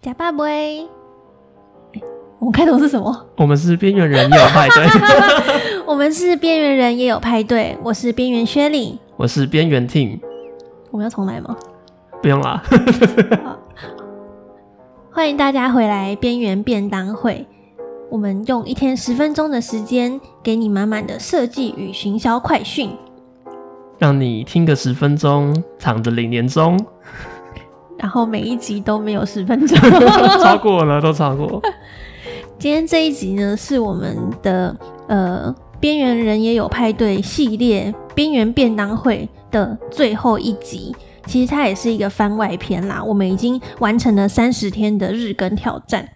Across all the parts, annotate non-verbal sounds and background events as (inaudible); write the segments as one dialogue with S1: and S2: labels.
S1: 假爸杯。我们开头是什么？
S2: 我们是边缘人也有派对，
S1: (laughs) 我们是边缘人也有派对，我是边缘薛礼。
S2: (laughs) 我是边缘 team，
S1: 我们要重来吗？
S2: 不用啦。
S1: 欢迎大家回来边缘便当会，我们用一天十分钟的时间，给你满满的设计与行销快讯。
S2: 让你听个十分钟，躺着领年 (laughs) 终，
S1: 然后每一集都没有十分 (laughs) 钟。
S2: 超过了，都超过。
S1: 今天这一集呢，是我们的呃边缘人也有派对系列边缘便当会的最后一集。其实它也是一个番外篇啦，我们已经完成了三十天的日更挑战，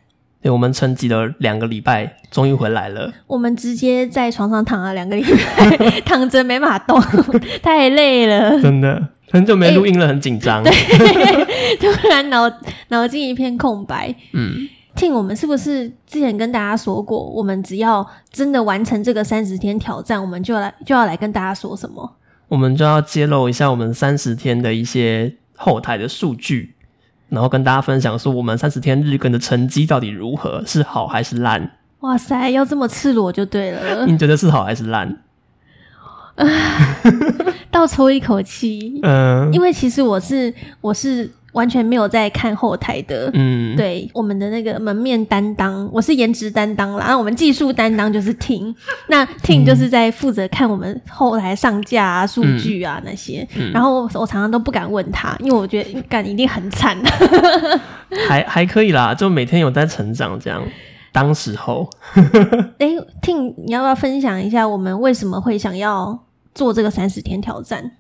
S2: 对，我们沉寂了两个礼拜，终于回来了。
S1: 我们直接在床上躺了两个礼拜，躺着没法动，太累了，
S2: 真的，哎很久没录音了，很紧张。
S1: 突然脑脑筋一片空白。
S2: 嗯，
S1: 听我们是不是之前跟大家说过，我们只要真的完成这个三十天挑战，我们就要来就要来跟大家说什么？
S2: 我们就要揭露一下我们三十天的一些后台的数据，然后跟大家分享说我们三十天日更的成绩到底如何，是好还是烂？
S1: 哇塞，要这么赤裸就对了， (laughs)
S2: 你觉得是好还是烂？
S1: 倒抽一口气。
S2: 嗯、
S1: 因为其实我是我是完全没有在看后台的，
S2: 嗯，
S1: 对我们的那个门面担当，我是颜值担当啦，啊那我们技术担当就是 Ting，那 Ting 就是在负责看我们后台上架啊、数据啊那些，然后我常常都不敢问他，因为我觉得干一定很惨，啊 (laughs)
S2: 还还可以啦，就每天有在成长这样。当时候，
S1: 哎、t i n g 你要不要分享一下我们为什么会想要做这个三十天挑战？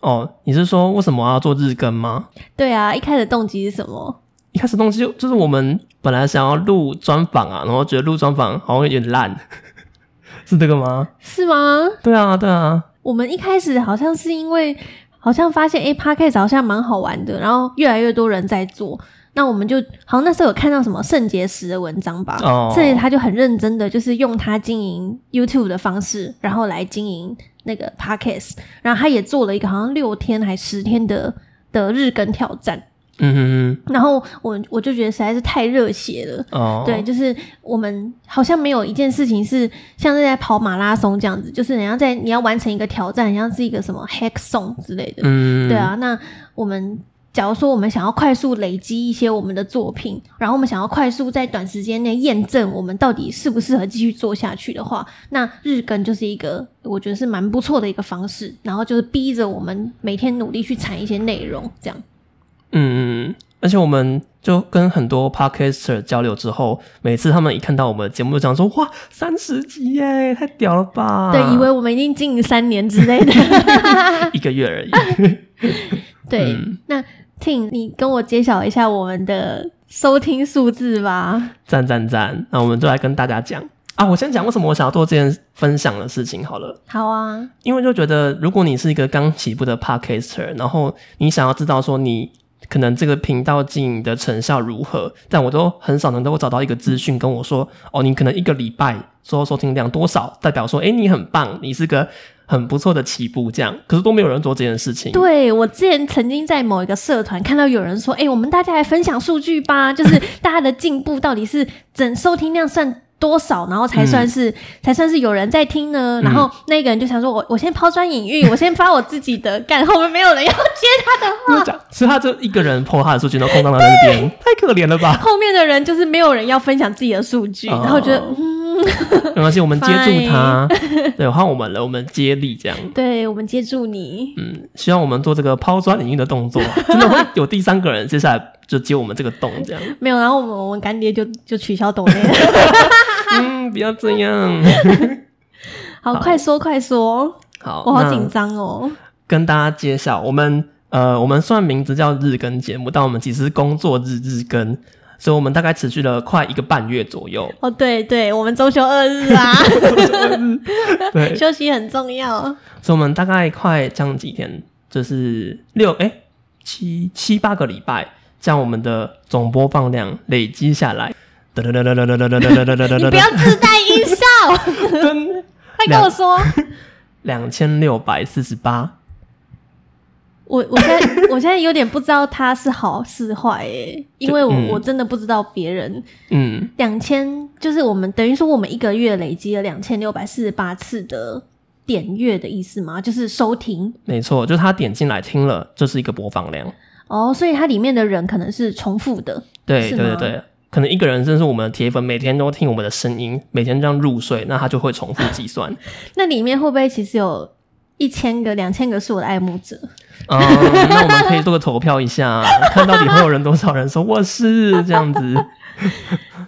S2: 哦，你是说为什么要做日更吗？
S1: 对啊，一开始动机是什么？
S2: 一开始东西就就是我们本来想要录专访啊，然后觉得录专访好像有点烂， (laughs) 是这个吗？
S1: 是吗？
S2: 对啊，对啊，
S1: 我们一开始好像是因为好像发现哎、p o d c a s t 好像蛮好玩的，然后越来越多人在做，那我们就好像那时候有看到什么肾结石的文章吧，
S2: 哦
S1: 甚至他就很认真的就是用他经营 YouTube 的方式，然后来经营那个 Podcast，然后他也做了一个好像六天还十天的的日更挑战，
S2: 嗯哼
S1: 然后我我就觉得实在是太热血了。
S2: 哼，哦，
S1: 对，，就是我们好像没有一件事情是像是在跑马拉松这样子，就是你要在你要完成一个挑战，你像是一个什么 hack song 之类的。
S2: 嗯，
S1: 对，啊，那我们假如说我们想要快速累积一些我们的作品，然后我们想要快速在短时间内验证我们到底适不适合继续做下去的话，那日更就是一个我觉得是蛮不错的一个方式，然后就是逼着我们每天努力去产一些内容，这样。
S2: 嗯嗯，而且我们就跟很多 podcaster 交流之后，每次他们一看到我们的节目，就讲说哇，三十集耶，太屌了吧？
S1: 对，以为我们已经经营三年之类的。
S2: 一个月
S1: (laughs)
S2: 而已。
S1: 对，
S2: 嗯
S1: 那 Ting，你跟我揭晓一下我们的收听数字吧。
S2: 赞赞赞！那我们就来跟大家讲啊，我先讲为什么我想要做这件分享的事情好了，
S1: 好啊，
S2: 因为就觉得如果你是一个刚起步的 podcaster，然后你想要知道说你可能这个频道经营的成效如何，但我都很少能够找到一个资讯跟我说，哦，你可能一个礼拜之后收听量多少，代表说，诶，你很棒，你是个很不错的起步，这样，可是都没有人做这件事情。
S1: 对啊我之前曾经在某一个社团看到有人说，哎、我们大家来分享数据吧，就是大家的进步到底是整收听量算。多少，然后才算是、才算是有人在听呢？然后那个人就想说我，我先抛砖引玉，我先发我自己的，干后面没有人要接他的
S2: 就讲，所以他就一个人破他的数据，然后空荡荡在那边，太可怜了吧？
S1: 话，后面的人就是没有人要分享自己的数据，
S2: 哦
S1: 然后觉得嗯
S2: (laughs) 没关系，我们接住他， (laughs) 对，换我们了，我们接力这样。
S1: 对我们接住你，
S2: 嗯，希望我们做这个抛砖引玉的动作， (laughs) 真的会有第三个人接下来就接我们这个洞这样。
S1: (laughs) 没有，然后我们我们干爹就就取消
S2: (laughs)
S1: 抖内了。
S2: 嗯，不要这
S1: (laughs)
S2: 样。
S1: 好，快说快说，
S2: 好，
S1: 我好
S2: 那
S1: 紧张哦。。
S2: 跟大家揭晓，我们呃，我们虽然名字叫日更节目，但我们其实是工作日日更，所以我们大概持续了快一个半月左右
S1: (laughs) 哦，对对，我们周休二日
S2: (laughs)
S1: 啊，
S2: 对，
S1: 休息很重要。
S2: 所以我们大概快这样几天，就是六哎、七七八个礼拜，这样我们的总播放量累积下来。你
S1: 你
S2: 不
S1: 不要自带音效，
S2: (laughs)
S1: 快跟我说。
S2: 两千六百四十八，
S1: 我我现在我现在有点不知道它是好是坏诶、因为我、
S2: 嗯
S1: 我真的不知道别人
S2: 嗯，
S1: 两千就是我们等于说我们一个月累积了两千六百四十八次的点阅的意思吗？就是收听
S2: 没错，就是他点进来听了，这是一个播放量。
S1: 哦，所以它里面的人可能是重复的，
S2: 对
S1: 是
S2: 对对
S1: 吗
S2: 对，可能一个人真是我们的铁粉，每天都听我们的声音，每天这样入睡，那他就会重复
S1: (laughs)
S2: 计算。
S1: 那里面会不会其实有一千个、两千个是我的爱慕者？
S2: 嗯，那我们可以做个投票一下，看到底会有人多少人说我是这样子。嗯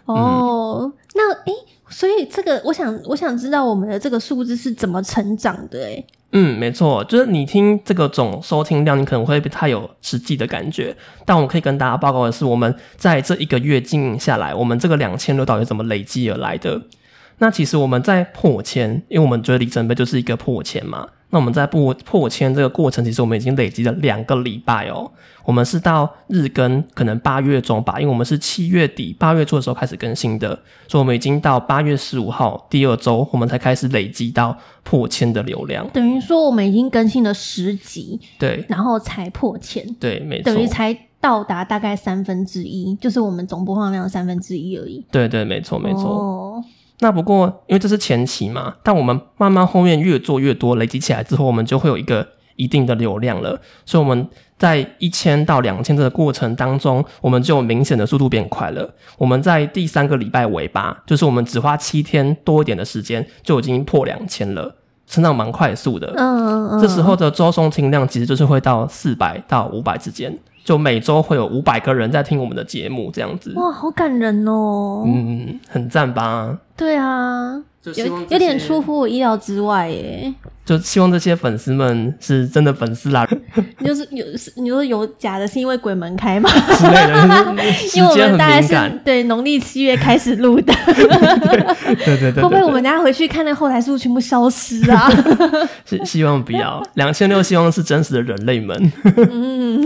S1: 哦，那诶、所以这个我想我想知道我们的这个数字是怎么成长的诶、
S2: 嗯，没错，就是你听这个总收听量，你可能会不太有实际的感觉。但我可以跟大家报告的是，我们在这一个月经营下来，我们这个两千六到底怎么累积而来的？那其实我们在破千，因为我们觉得里程碑就是一个破千嘛。那我们在破破千这个过程，其实我们已经累积了两个礼拜哦。我们是到日更，可能八月中吧，因为我们是七月底八月初的时候开始更新的，所以我们已经到八月十五号第二周，我们才开始累积到破千的流量。
S1: 等于说我们已经更新了十集，
S2: 对
S1: 然后才破千，
S2: 对，没错
S1: 等，于才到达大概三分之一，就是我们总播放量的三分之一而已。
S2: 对对，没错没错。
S1: 哦
S2: 那不过因为这是前期嘛，但我们慢慢后面越做越多，累积起来之后，我们就会有一个一定的流量了。所以我们在一千到两千这个过程当中，我们就有明显的速度变快了。我们在第三个礼拜尾巴，就是我们只花七天多一点的时间，就已经破两千了，成长蛮快速的。
S1: 嗯嗯嗯，
S2: 这时候的周松听量其实就是会到四百到五百之间，就每周会有五百个人在听我们的节目这样子。
S1: 哇，好感人哦。
S2: 嗯，很赞吧？
S1: 对啊，
S2: 就希
S1: 有
S2: 望这些
S1: 有点出乎我意料之外耶。
S2: 就希望这些粉丝们是真的粉丝啦
S1: 就是有是你说有假的，是因为鬼门开吗？
S2: 之类的，就是时
S1: 因为我
S2: 间
S1: 们大
S2: 很
S1: 概
S2: 敏
S1: 是
S2: 感。
S1: 对农历七月开始录的，
S2: 对对对
S1: 会
S2: 对
S1: 不会我们等下回去看那后台数全部消失
S2: (laughs)
S1: 啊？
S2: 对希希望不要两千六，希望是真实的人类们。
S1: 嗯，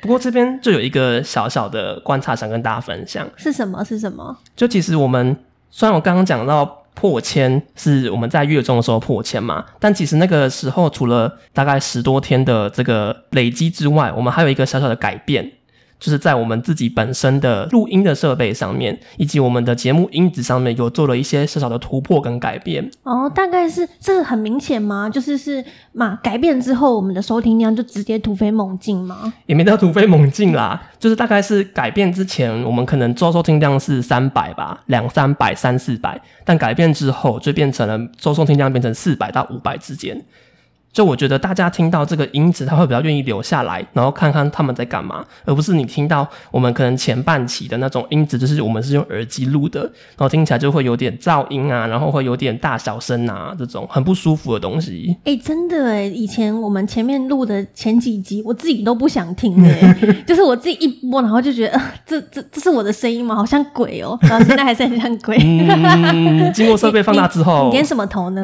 S2: 不过这边就有一个小小的观察想跟大家分享，
S1: 是什么？是什么？
S2: 就其实我们虽然我刚刚讲到。破千是我们在月中的时候破千嘛，但其实那个时候除了大概十多天的这个累积之外，我们还有一个小小的改变，就是在我们自己本身的录音的设备上面，以及我们的节目音质上面有做了一些小小的突破跟改变。
S1: 哦，大概是这个很明显吗？就是是嘛，改变之后我们的收听量就直接突飞猛进吗？
S2: 也没到突飞猛进啦，就是大概是改变之前，我们可能周收听量是三百吧，两三百、三四百，但改变之后就变成了周收听量变成四百到五百之间。就我觉得大家听到这个音质，他会比较愿意留下来，然后看看他们在干嘛，而不是你听到我们可能前半期的那种音质，就是我们是用耳机录的，然后听起来就会有点噪音啊，然后会有点大小声啊，这种很不舒服的东西。
S1: 哎、真的哎，以前我们前面录的前几集，我自己都不想听
S2: (laughs)
S1: 哎，就是我自己一播，然后就觉得，呃、这这这是我的声音吗？好像鬼哦、然后现在还是很像鬼。
S2: 嗯，经过设备放大
S1: 嗯
S2: 之
S1: 你
S2: 后，
S1: 点什么头
S2: (laughs)
S1: 呢？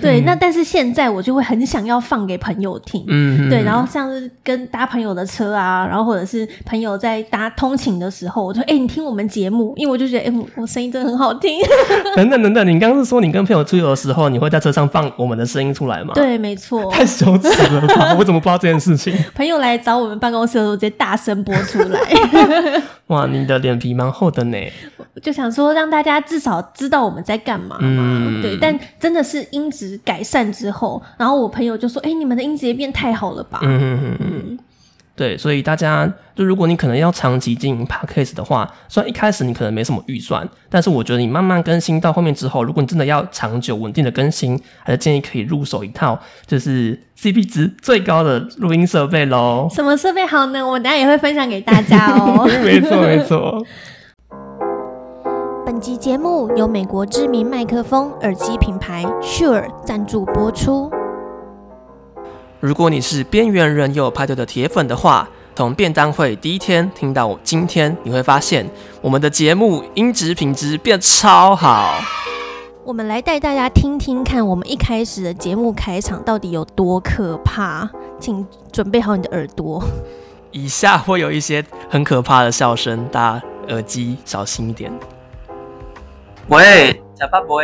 S1: 对，那但是现在我就会很想要放给朋友听。
S2: 嗯，
S1: 对，然后像是跟搭朋友的车啊，然后或者是朋友在搭通勤的时候，我就哎、你听我们节目，因为我就觉得哎、我我声音真的很好听。
S2: 啊等等等等，你刚刚是说你跟朋友出游的时候，你会在车上放我们的声音出来吗？，
S1: (laughs) 对，没错，
S2: 太羞耻了吧！我怎么不知道这件事情？
S1: (laughs) 朋友来找我们办公室的时候，直接大声播出来，
S2: (laughs)
S1: (laughs)
S2: 哇，你的脸皮蛮厚的呢。
S1: 就想说让大家至少知道我们在干嘛嘛。
S2: 嗯
S1: 对，但真的是音质改善之后，然后我朋友就说：“哎、你们的音质也变太好了吧？”
S2: 嗯嗯嗯嗯。对，所以大家就如果你可能要长期经营 podcast 的话，虽然一开始你可能没什么预算，但是我觉得你慢慢更新到后面之后，如果你真的要长久稳定的更新，还是建议可以入手一套就是 CP 值最高的录音设备喽。
S1: (laughs) 什么设备好呢？我们等一下也会分享给大家哦。
S2: (laughs) 没错没错，
S1: 本集节目由美国知名麦克风耳机品牌 Shure 赞助播出。
S2: 如果你是边缘人又有派对的铁粉的话，从便当会第一天听到我今天，你会发现我们的节目音质品质变超好。
S1: (laughs) 我们来带大家听听看，我们一开始的节目开场到底有多可怕，请准备好你的耳朵。 (laughs)
S2: 以下会有一些很可怕的笑声，大家耳机小心一点。喂，小巴伯，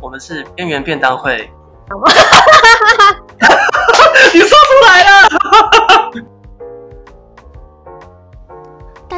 S2: 我们是边缘便当会。你说出来了。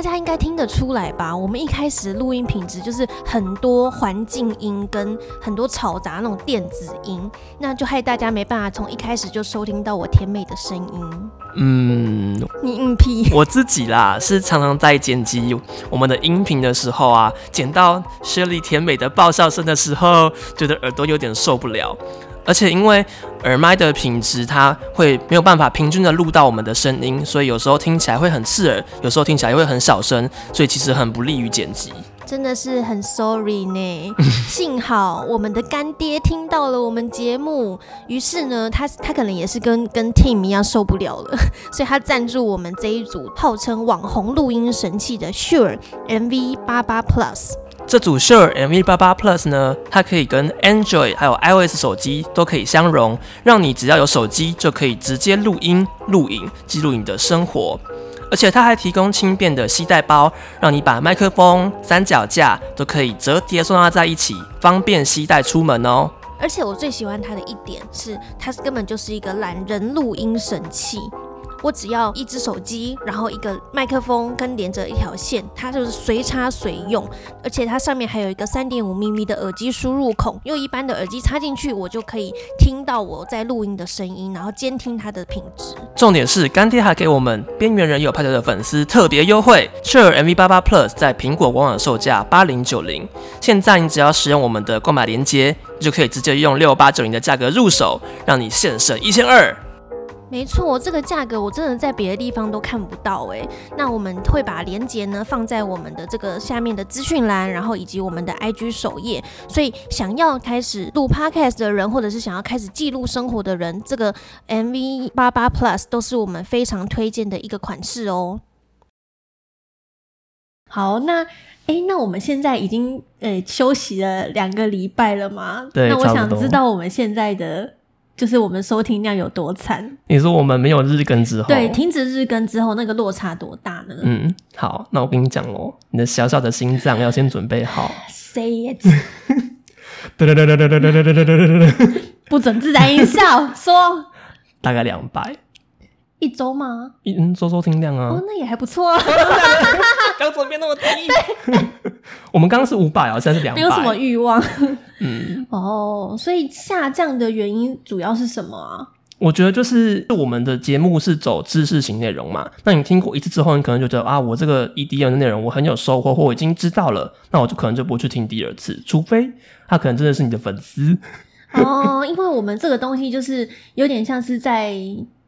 S1: 家应该听得出来吧？我们一开始录音品质就是很多环境音跟很多吵杂那种电子音，那就害大家没办法从一开始就收听到我甜美的声音。
S2: 嗯，
S1: 你硬屁。
S2: 我自己啦，是常常在剪辑我们的音频的时候啊，剪到 Shirley 甜美的爆笑声的时候，觉得耳朵有点受不了。而且因为耳麦的品质，它会没有办法平均的录到我们的声音，所以有时候听起来会很刺耳，有时候听起来会很小声，所以其实很不利于剪辑。
S1: 真的是很 sorry 呢。幸好我们的干爹听到了我们节目，于是呢，他他可能也是跟跟 Team 一样受不了 (laughs) 了，所以他赞助我们这一组号称网红录音神器的 Sure MV 八八 Plus。
S2: 这组 Shure MV 八八 Plus 呢，它可以跟 Android 还有 iOS 手机都可以相容，让你只要有手机就可以直接录音、录影，记录你的生活。而且它还提供轻便的携带包，让你把麦克风、三脚架都可以折叠收纳在一起，方便携带出门哦。
S1: 而且我最喜欢它的一点是，它根本就是一个懒人录音神器。我只要一只手机，然后一个麦克风跟连着一条线，它就是随插随用，而且它上面还有一个三点五 mm 的耳机输入孔，用一般的耳机插进去，我就可以听到我在录音的声音，然后监听它的品质。
S2: 重点是干爹还给我们边缘人有派对的粉丝特别优惠，Shure MV 八八 Plus 在苹果官网售价八零九零，现在你只要使用我们的购买链接，你就可以直接用六八九零的价格入手，让你现省一千二。
S1: 没错，这个价格我真的在别的地方都看不到诶。那我们会把链接呢放在我们的这个下面的资讯栏，然后以及我们的 IG 首页。所以想要开始录 podcast 的人，或者是想要开始记录生活的人，这个 MV 八八 Plus 都是我们非常推荐的一个款式哦。好，那诶，那我们现在已经呃休息了两个礼拜了嘛？
S2: 对
S1: 那我
S2: 差不
S1: 想
S2: 多
S1: 知道我们现在的就是我们收听量有多惨。
S2: 你说我们没有日更之后，
S1: 对，停止日更之后，那个落差多大呢、
S2: 嗯，好，那我跟你讲喽，你的小小的心脏要先准
S1: (laughs)
S2: 备好。
S1: s a y it，
S2: 大
S1: 不准自然音效，说
S2: 概两百，
S1: 一周吗？
S2: 一嗯，周周听量啊
S1: 哦，，那也还不错啊，
S2: 刚怎么变那么低？ (laughs) 我们刚刚是五百啊，现在是两
S1: 没有什么
S2: 百。
S1: 欲望。
S2: 嗯，
S1: (laughs) 哦，所以下降的原因主要是什么啊？
S2: 我觉得就是我们的节目是走知识型内容嘛，那你听过一次之后，你可能就觉得啊，我这个 EDM 的内容我很有收获，或我已经知道了，那我就可能就不会去听第二次，除非他可能真的是你的粉丝。
S1: 哦，因为我们这个东西就是有点像是在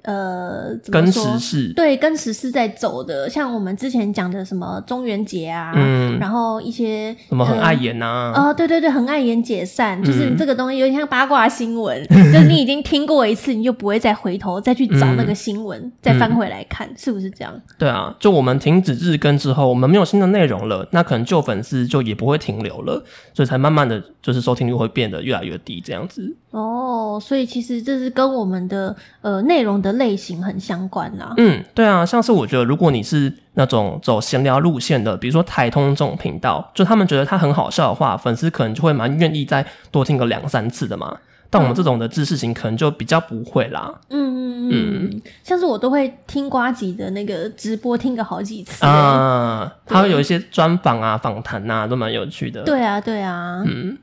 S1: 呃，怎么
S2: 跟
S1: 说
S2: 时？事，
S1: 对，跟时事在走的，像我们之前讲的什么中元节啊，
S2: 嗯，
S1: 然后一些
S2: 什么很啊
S1: 呃
S2: 碍眼呐、
S1: 哦，对对对，很爱演解散，就是
S2: 嗯
S1: 这个东西有点像八卦新闻， (laughs) 就是你已经听过一次，你就不会再回头再去找那
S2: 嗯
S1: 个新闻，再翻回来看，是不是这样？
S2: 对啊，就我们停止日更之后，我们没有新的内容了，那可能旧粉丝就也不会停留了，所以才慢慢的就是收听率会变得越来越低这样子。
S1: 哦，所以其实这是跟我们的呃内容的类型很相关啦。
S2: 嗯，对啊，像是我觉得如果你是那种走闲聊路线的，比如说台通这种频道，就他们觉得它很好笑的话，粉丝可能就会蛮愿意再多听个两三次的嘛。但我们这种的知识型可能就比较不会啦。
S1: 嗯嗯嗯，嗯像是我都会听瓜吉的那个直播，听个好几次、欸。
S2: 啊，它会有一些专访啊、访谈啊，都蛮有趣的。
S1: 对啊，对啊，
S2: 嗯，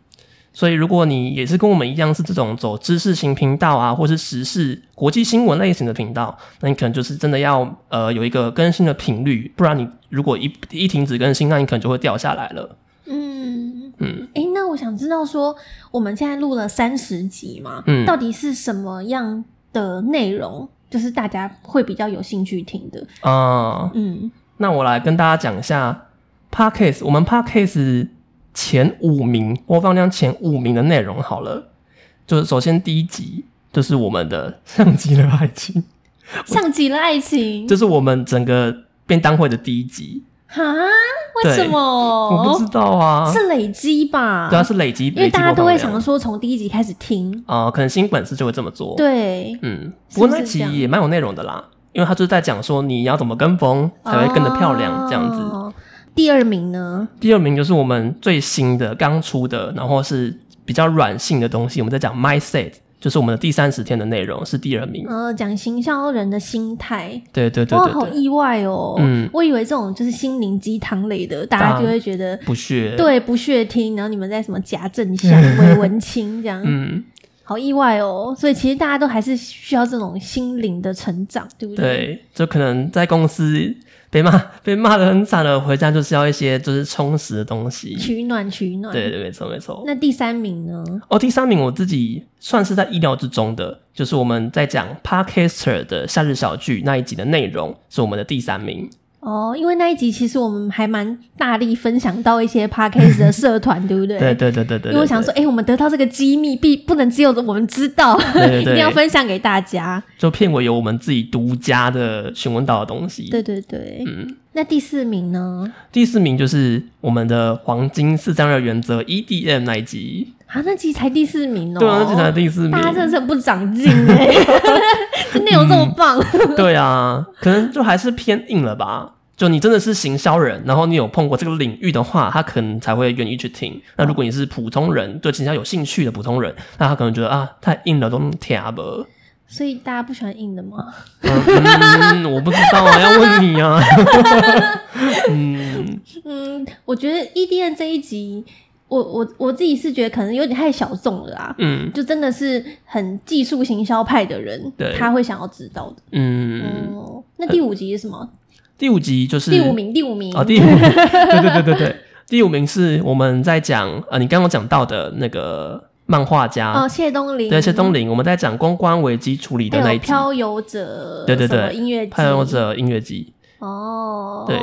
S2: 所以如果你也是跟我们一样是这种走知识型频道啊，或是时事、国际新闻类型的频道，那你可能就是真的要呃有一个更新的频率，不然你如果一一停止更新，那你可能就会掉下来了。
S1: 嗯，
S2: 嗯，
S1: 诶，那我想知道说，我们现在录了三十集嘛，
S2: 嗯
S1: 到底是什么样的内容，就是大家会比较有兴趣听的？
S2: 啊、
S1: 嗯，
S2: 那我来跟大家讲一下 Podcast，我们 Podcast 前五名播放量前五名的内容好了，就是首先第一集就是我们的相机的爱
S1: (laughs)
S2: 情，
S1: 像极了爱情
S2: 这，是我们整个便当会的第一集，
S1: 哈？为
S2: 对
S1: 什
S2: 我不知
S1: 么？
S2: 道啊，
S1: 哦是累积吧？
S2: 对啊，是累积，
S1: 因为大家都会想
S2: 啊、
S1: 说，从第一集开始听，
S2: 呃，可能新粉丝就会这么做。，
S1: 对，
S2: 嗯，
S1: 是
S2: 不过
S1: 不是
S2: 那期
S1: 这样
S2: 也蛮有内容的啦，因为他就是在讲说你要怎么跟风嗯才会跟得漂亮、这样子。
S1: 哦。第二名呢？
S2: 第二名就是我们最新的刚出的，然后是比较软性的东西，我们在讲 mindset，就是我们的第三十天的内容是第二名。
S1: 呃，讲行销人的心态，
S2: 对对对
S1: 哇，
S2: 对
S1: 好
S2: 对，
S1: 意外哦！
S2: 嗯
S1: 我以为这种就是心灵鸡汤类的，大
S2: 当
S1: 家
S2: 然
S1: 就会觉得
S2: 不屑。，
S1: 对不屑听，然后你们在什么夹正向、
S2: (laughs)
S1: 伪文青这样，
S2: 嗯，
S1: 好意外哦！所以其实大家都还是需要这种心灵的成长，对不？
S2: 对，就可能在公司被骂 (laughs) 被骂的很惨了，回家就是要一些就是充实的东西。
S1: 取暖，取暖。
S2: 对对，没错没错。
S1: 那第三名呢？
S2: 哦，第三名我自己算是在意料之中的，就是我们在讲 Podcaster 的夏日小聚那一集的内容是我们的第三名。
S1: 哦，因为那一集其实我们还蛮大力分享到一些 podcast 的社
S2: (laughs)
S1: 团，对不对？
S2: 对对对对对，
S1: 因为我想
S2: 对
S1: 说，哎、我们得到这个机密，必不能只有我们知道，
S2: 对对
S1: 一 (laughs) 定要
S2: 对
S1: 分享给大家。
S2: 就片尾有我们自己独家的询问到的东西。
S1: 对对对。
S2: 嗯，
S1: 那第四名呢？
S2: 第四名就是我们的黄金四张热原则 EDM 那一集，
S1: 啊，那集才第四名哦。
S2: 对啊，那集才第四名
S1: 大，家真的是很不长进哎、
S2: (laughs)
S1: 这内容这
S2: 嗯
S1: 么棒，
S2: 对啊，可能就还是偏硬了吧。就你真的是行销人，然后你有碰过这个领域的话，他可能才会愿意去听。那如果你是普通人，对行销有兴趣的普通人，那他可能觉得啊，太硬了，都听啊不。
S1: 所以大家不喜欢硬的吗？
S2: 嗯，嗯我不知道啊，要问你啊。 (laughs) 嗯，
S1: 嗯，我觉得 EDN 这一集，我我我自己是觉得可能有点太小众了啊。
S2: 嗯
S1: 就真的是很技术行销派的人
S2: 对，
S1: 他会想要知道的。
S2: 嗯，
S1: 哦，那第五集是什么？
S2: 第五集就是
S1: 第五名，第五名。
S2: 哦，
S1: (laughs)
S2: 第五名，对对对对对，第五名是我们在讲呃，你刚刚讲到的那个漫画家，
S1: 哦，谢东林，
S2: 啊对，谢东林，我们在讲公关危机处理的那
S1: 还
S2: 一
S1: 有
S2: 集，
S1: 漂游者，
S2: 对对对
S1: 什么音乐季，
S2: 派游者音乐季，
S1: 哦，
S2: 对，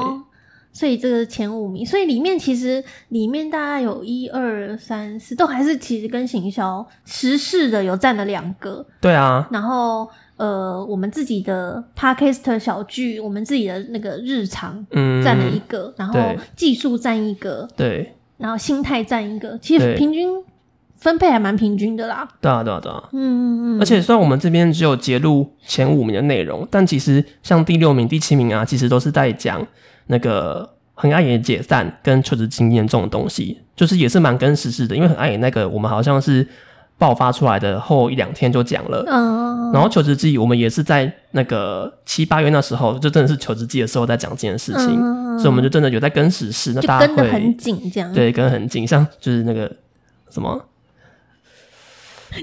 S1: 所以这个是前五名，所以里面其实里面大概有一二三四，都还是其实跟行销时事的有占了两个，
S2: 对啊，
S1: 然后呃，我们自己的 podcaster 小剧，我们自己的那个日常
S2: 嗯，
S1: 占了一个，然后
S2: 对
S1: 技术占一个，
S2: 对，
S1: 然后心态占一个，其实
S2: 对
S1: 平均分配还蛮平均的啦。
S2: 对啊，对啊，对啊。
S1: 嗯嗯嗯，
S2: 而且虽然我们这边只有揭露前五名的内容，但其实像第六名、第七名啊，其实都是在讲那个很爱也解散跟求职经验这种东西，就是也是蛮跟时事的。因为很爱也那个，我们好像是爆发出来的后一两天就讲了。
S1: 嗯，
S2: 然后求职季，我们也是在那个七八月那时候，就真的是求职季的时候在讲这件事情，
S1: 嗯嗯嗯
S2: 所以我们就真的有在跟时事，那
S1: 就
S2: 大家
S1: 跟得
S2: 会
S1: 很紧，这样。
S2: 对跟很紧，像就是那个什么，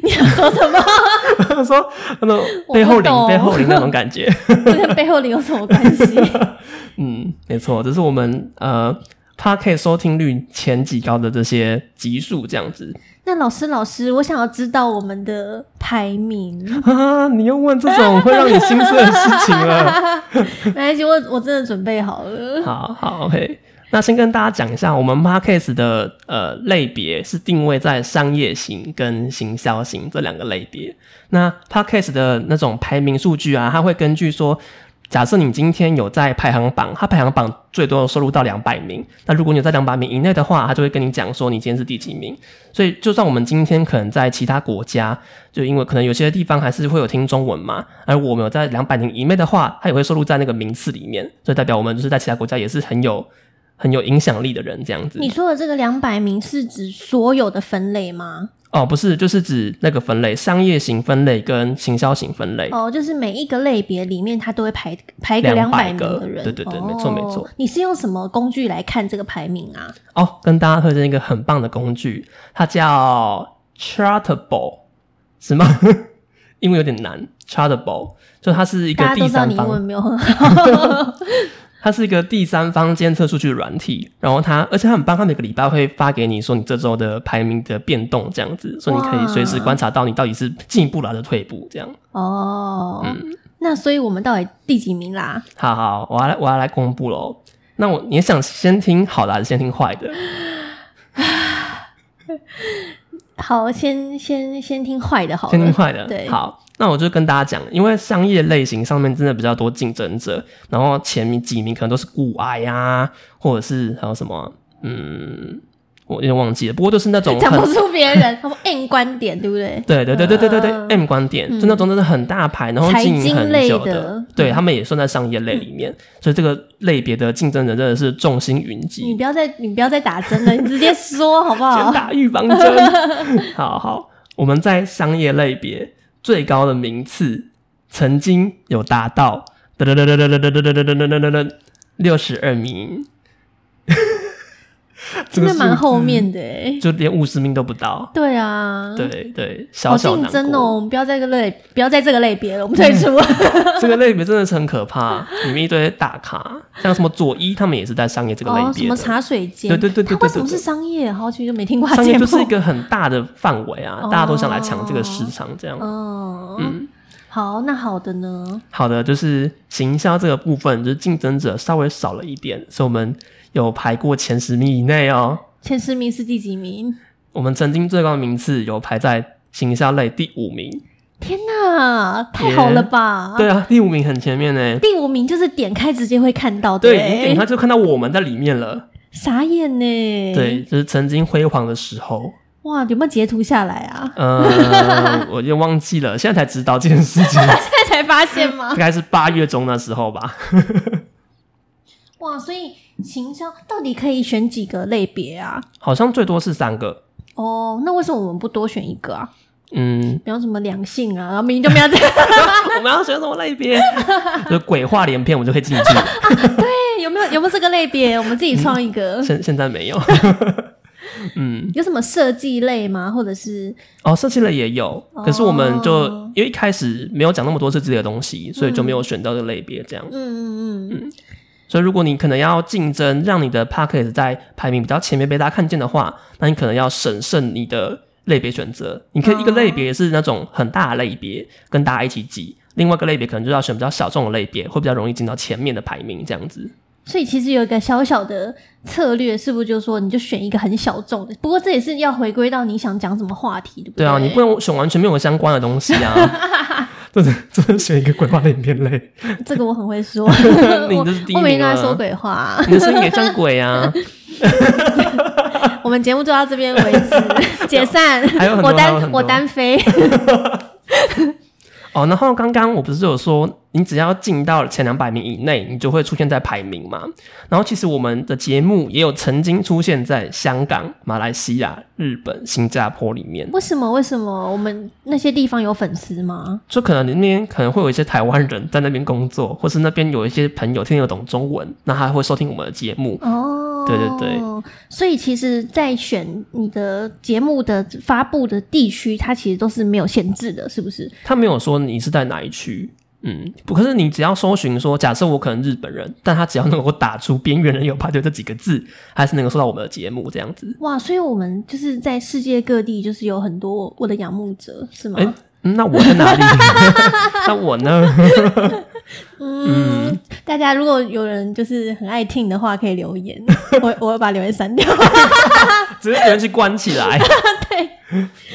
S1: 你想说什么？
S2: (laughs) 说那种
S1: 我不
S2: 背后领
S1: 懂
S2: 背后领那种感觉， (laughs)
S1: 这跟 (laughs) 背后里有什么关系？
S2: 嗯，没错，这是我们呃 p o d c a s t 收听率前几高的这些集数，这样子
S1: 那老师，老师，我想要知道我们的排
S2: (laughs)
S1: 名。
S2: 啊，你又问这种会让你心碎的事情了。
S1: 没关系，我我真的准备好了。
S2: 好好，OK。那先跟大家讲一下，我们 Markets 的呃类别是定位在商业型跟行销型这两个类别。那 Podcast 的那种排名数据啊，它会根据说，假设你今天有在排行榜，它排行榜最多收入到两百名，那如果你有在两百名以内的话，它就会跟你讲说你今天是第几名。所以就算我们今天可能在其他国家，就因为可能有些地方还是会有听中文嘛，而我们有在两百名以内的话，它也会收录在那个名次里面，所以代表我们就是在其他国家也是很有很有影响力的人这样子
S1: 你。说的这个两百名是指所有的分类吗？
S2: 哦，不是，就是指那个分类，商业型分类跟行销型分类。
S1: 哦，就是每一个类别里面，它都会排排个两百
S2: 200
S1: 名
S2: 个
S1: 的人。
S2: 对对对
S1: 哦
S2: 没错没错。
S1: 你是用什么工具来看这个排名啊？
S2: 哦，跟大家推荐一个很棒的工具，它叫 Chartable，是吗？ (laughs) 英文有点难，Chartable，就它是一个
S1: 大家都
S2: 第
S1: 知道
S2: 三
S1: 你英
S2: 方
S1: 文没
S2: (laughs)
S1: 有很好。
S2: 它是一个第三方监测数据的软体，然后它，而且它很棒，它每个礼拜会发给你说你这周的排名的变动这样子，所以你可以随时观察到你到底是进步了还是退步这样。
S1: 哦，
S2: 嗯
S1: 那所以我们到底第几名啦？
S2: 好好，我要来我要来公布喽。那我你想先听好的还是先听坏的？
S1: 好，先先先听坏的好了。
S2: 先听坏的。
S1: 对
S2: 好，那我就跟大家讲，因为商业类型上面真的比较多竞争者，然后前面几名可能都是骨癌啊，或者是还有什么，嗯，我有点忘记了，不过就是那种
S1: 讲
S2: 很
S1: 不出别人， (laughs) 他们硬观点，对不对？
S2: 对对对对对对对、
S1: 嗯
S2: m 观点、就那种真的很大牌，然后
S1: 财
S2: 经营
S1: 经
S2: 很
S1: 类
S2: 久
S1: 的嗯
S2: 对他们也算在商业类里面，所以这个类别的竞争者真的是众星云
S1: 你
S2: 集， (laughs)
S1: 哦不要再你不要再打针了，你直接说好不
S2: 先
S1: 好？
S2: 打预防针。好好， (laughs) 我们在商业类别最高的名次曾经有达到噔噔噔噔噔噔噔噔噔噔噔噔六十二名，这
S1: 真
S2: 个
S1: 的蛮
S2: 数
S1: 后
S2: 字嗯
S1: 面的哎、
S2: 就连五十名都不到。
S1: (laughs) 对啊，，
S2: 对对，小
S1: 好
S2: 小
S1: 竞
S2: 难
S1: 争
S2: 过嗯
S1: 哦，我们不要在这个类，不要在这个类别了，我们退出了。 (laughs)
S2: 这个类别真的是很可怕，里面一堆大咖，像什么佐伊他们也是在商业这个类
S1: 哦，
S2: 别的。
S1: 什么茶水间？
S2: 对对对对对
S1: 它为什么
S2: 对
S1: 是
S2: 对
S1: 商业？好久就没听过它
S2: 商
S1: 节
S2: 业
S1: 目。
S2: 就是一
S1: (laughs)
S2: 个很大的范围啊，
S1: 哦
S2: 大家都想来抢这个市场，这样。
S1: 哦，
S2: 嗯，
S1: 好，那好的呢？
S2: 好的，就是行销这个部分，就是竞争者稍微少了一点，所以我们有排过前十名以内哦。
S1: 前十名是第几名？
S2: 我们曾经最高的名次有排在行销类第五名，
S1: 天哪，太好了吧！
S2: 对啊，第五名很前面呢。
S1: 第五名就是点开直接会看到的
S2: 对
S1: 欸，
S2: 你点开就看到我们在里面了。
S1: 傻眼呢。
S2: 对，，就是曾经辉煌的时候。
S1: 哇，有没有截图下来啊？ (laughs)
S2: 呃，我就忘记了，现在才知道这件事情， (laughs)
S1: 现在才发现吗
S2: 大？概是八月中那时候吧。
S1: 哇，所以行销到底可以选几个类别啊？
S2: 好像最多是三个，
S1: 哦，那为什么我们不多选一个啊？ (laughs)
S2: 嗯，
S1: 比方什么良性啊，然后明明就没有这
S2: (laughs)
S1: 样，
S2: 我们要选什么类别？就鬼话连篇，我们就可以进去。
S1: 对，哎有没有有没有这个类别？我们自己创一个，
S2: 现现在没有，嗯，
S1: 有什么设计类吗？或者是
S2: 哦，设计类也有，可是我们就、
S1: 哦嗯
S2: 因为一开始没有讲那么多设计类的东西，所以就没有选到这个类别这样。
S1: 嗯嗯嗯，
S2: 所以如果你可能要竞争，让你的 p a c k a g e 在排名比较前面被大家看见的话，那你可能要审慎你的类别选择。你可以一个类
S1: 哦
S2: 别是那种很大的类别，跟大家一起挤；，另外一个类别可能就要选比较小众的类别，会比较容易进到前面的排名这样子。
S1: 所以其实有一个小小的策略，是不是就是说你就选一个很小众的？不过这也是要回归到你想讲什么话题，对不
S2: 对
S1: 对
S2: 啊，你不能选完全没有相关的东西啊。
S1: (laughs)
S2: 这是这是选一个鬼话的影片类， (laughs)
S1: 这个我很会说， (laughs)
S2: 你
S1: 我
S2: 这是第一
S1: 我每
S2: 名
S1: 天都在
S2: 啊！
S1: 说鬼话、 (laughs)
S2: 你的声音也像鬼啊！
S1: 我们节目就到这边为
S2: (laughs)
S1: 止，解散
S2: 还有很。多
S1: 我
S2: 还有很
S1: 单
S2: 多
S1: 我单飞，
S2: 哦，然后刚刚我不是有说，你只要进到前两百名以内，你就会出现在排名嘛。然后其实我们的节目也有曾经出现在香港、马来西亚、日本、新加坡里面，
S1: 为什么？为什么我们那些地方有粉丝吗？
S2: 就可能里面可能会有一些台湾人在那边工作，或是那边有一些朋友听得懂中文，那他会收听我们的节目。
S1: 哦，
S2: 对对对，
S1: 所以其实，在选你的节目的发布的地区，它其实都是没有限制的，是不是？
S2: 他没有说你是在哪一区。嗯，不，可是你只要搜寻说，假设我可能日本人，但他只要能够打出“边缘人有派对”这几个字，还是能够收到我们的节目这样子。
S1: 哇，所以我们就是在世界各地，就是有很多我我的仰慕者，是吗？
S2: 哎、嗯那我
S1: (laughs)
S2: 在哪里？那我呢？
S1: 嗯，大家如果有人就是很爱听的话，可以留
S2: (laughs)
S1: 言，我我会把留言删掉。
S2: 直接人去关起来。
S1: (laughs) 对，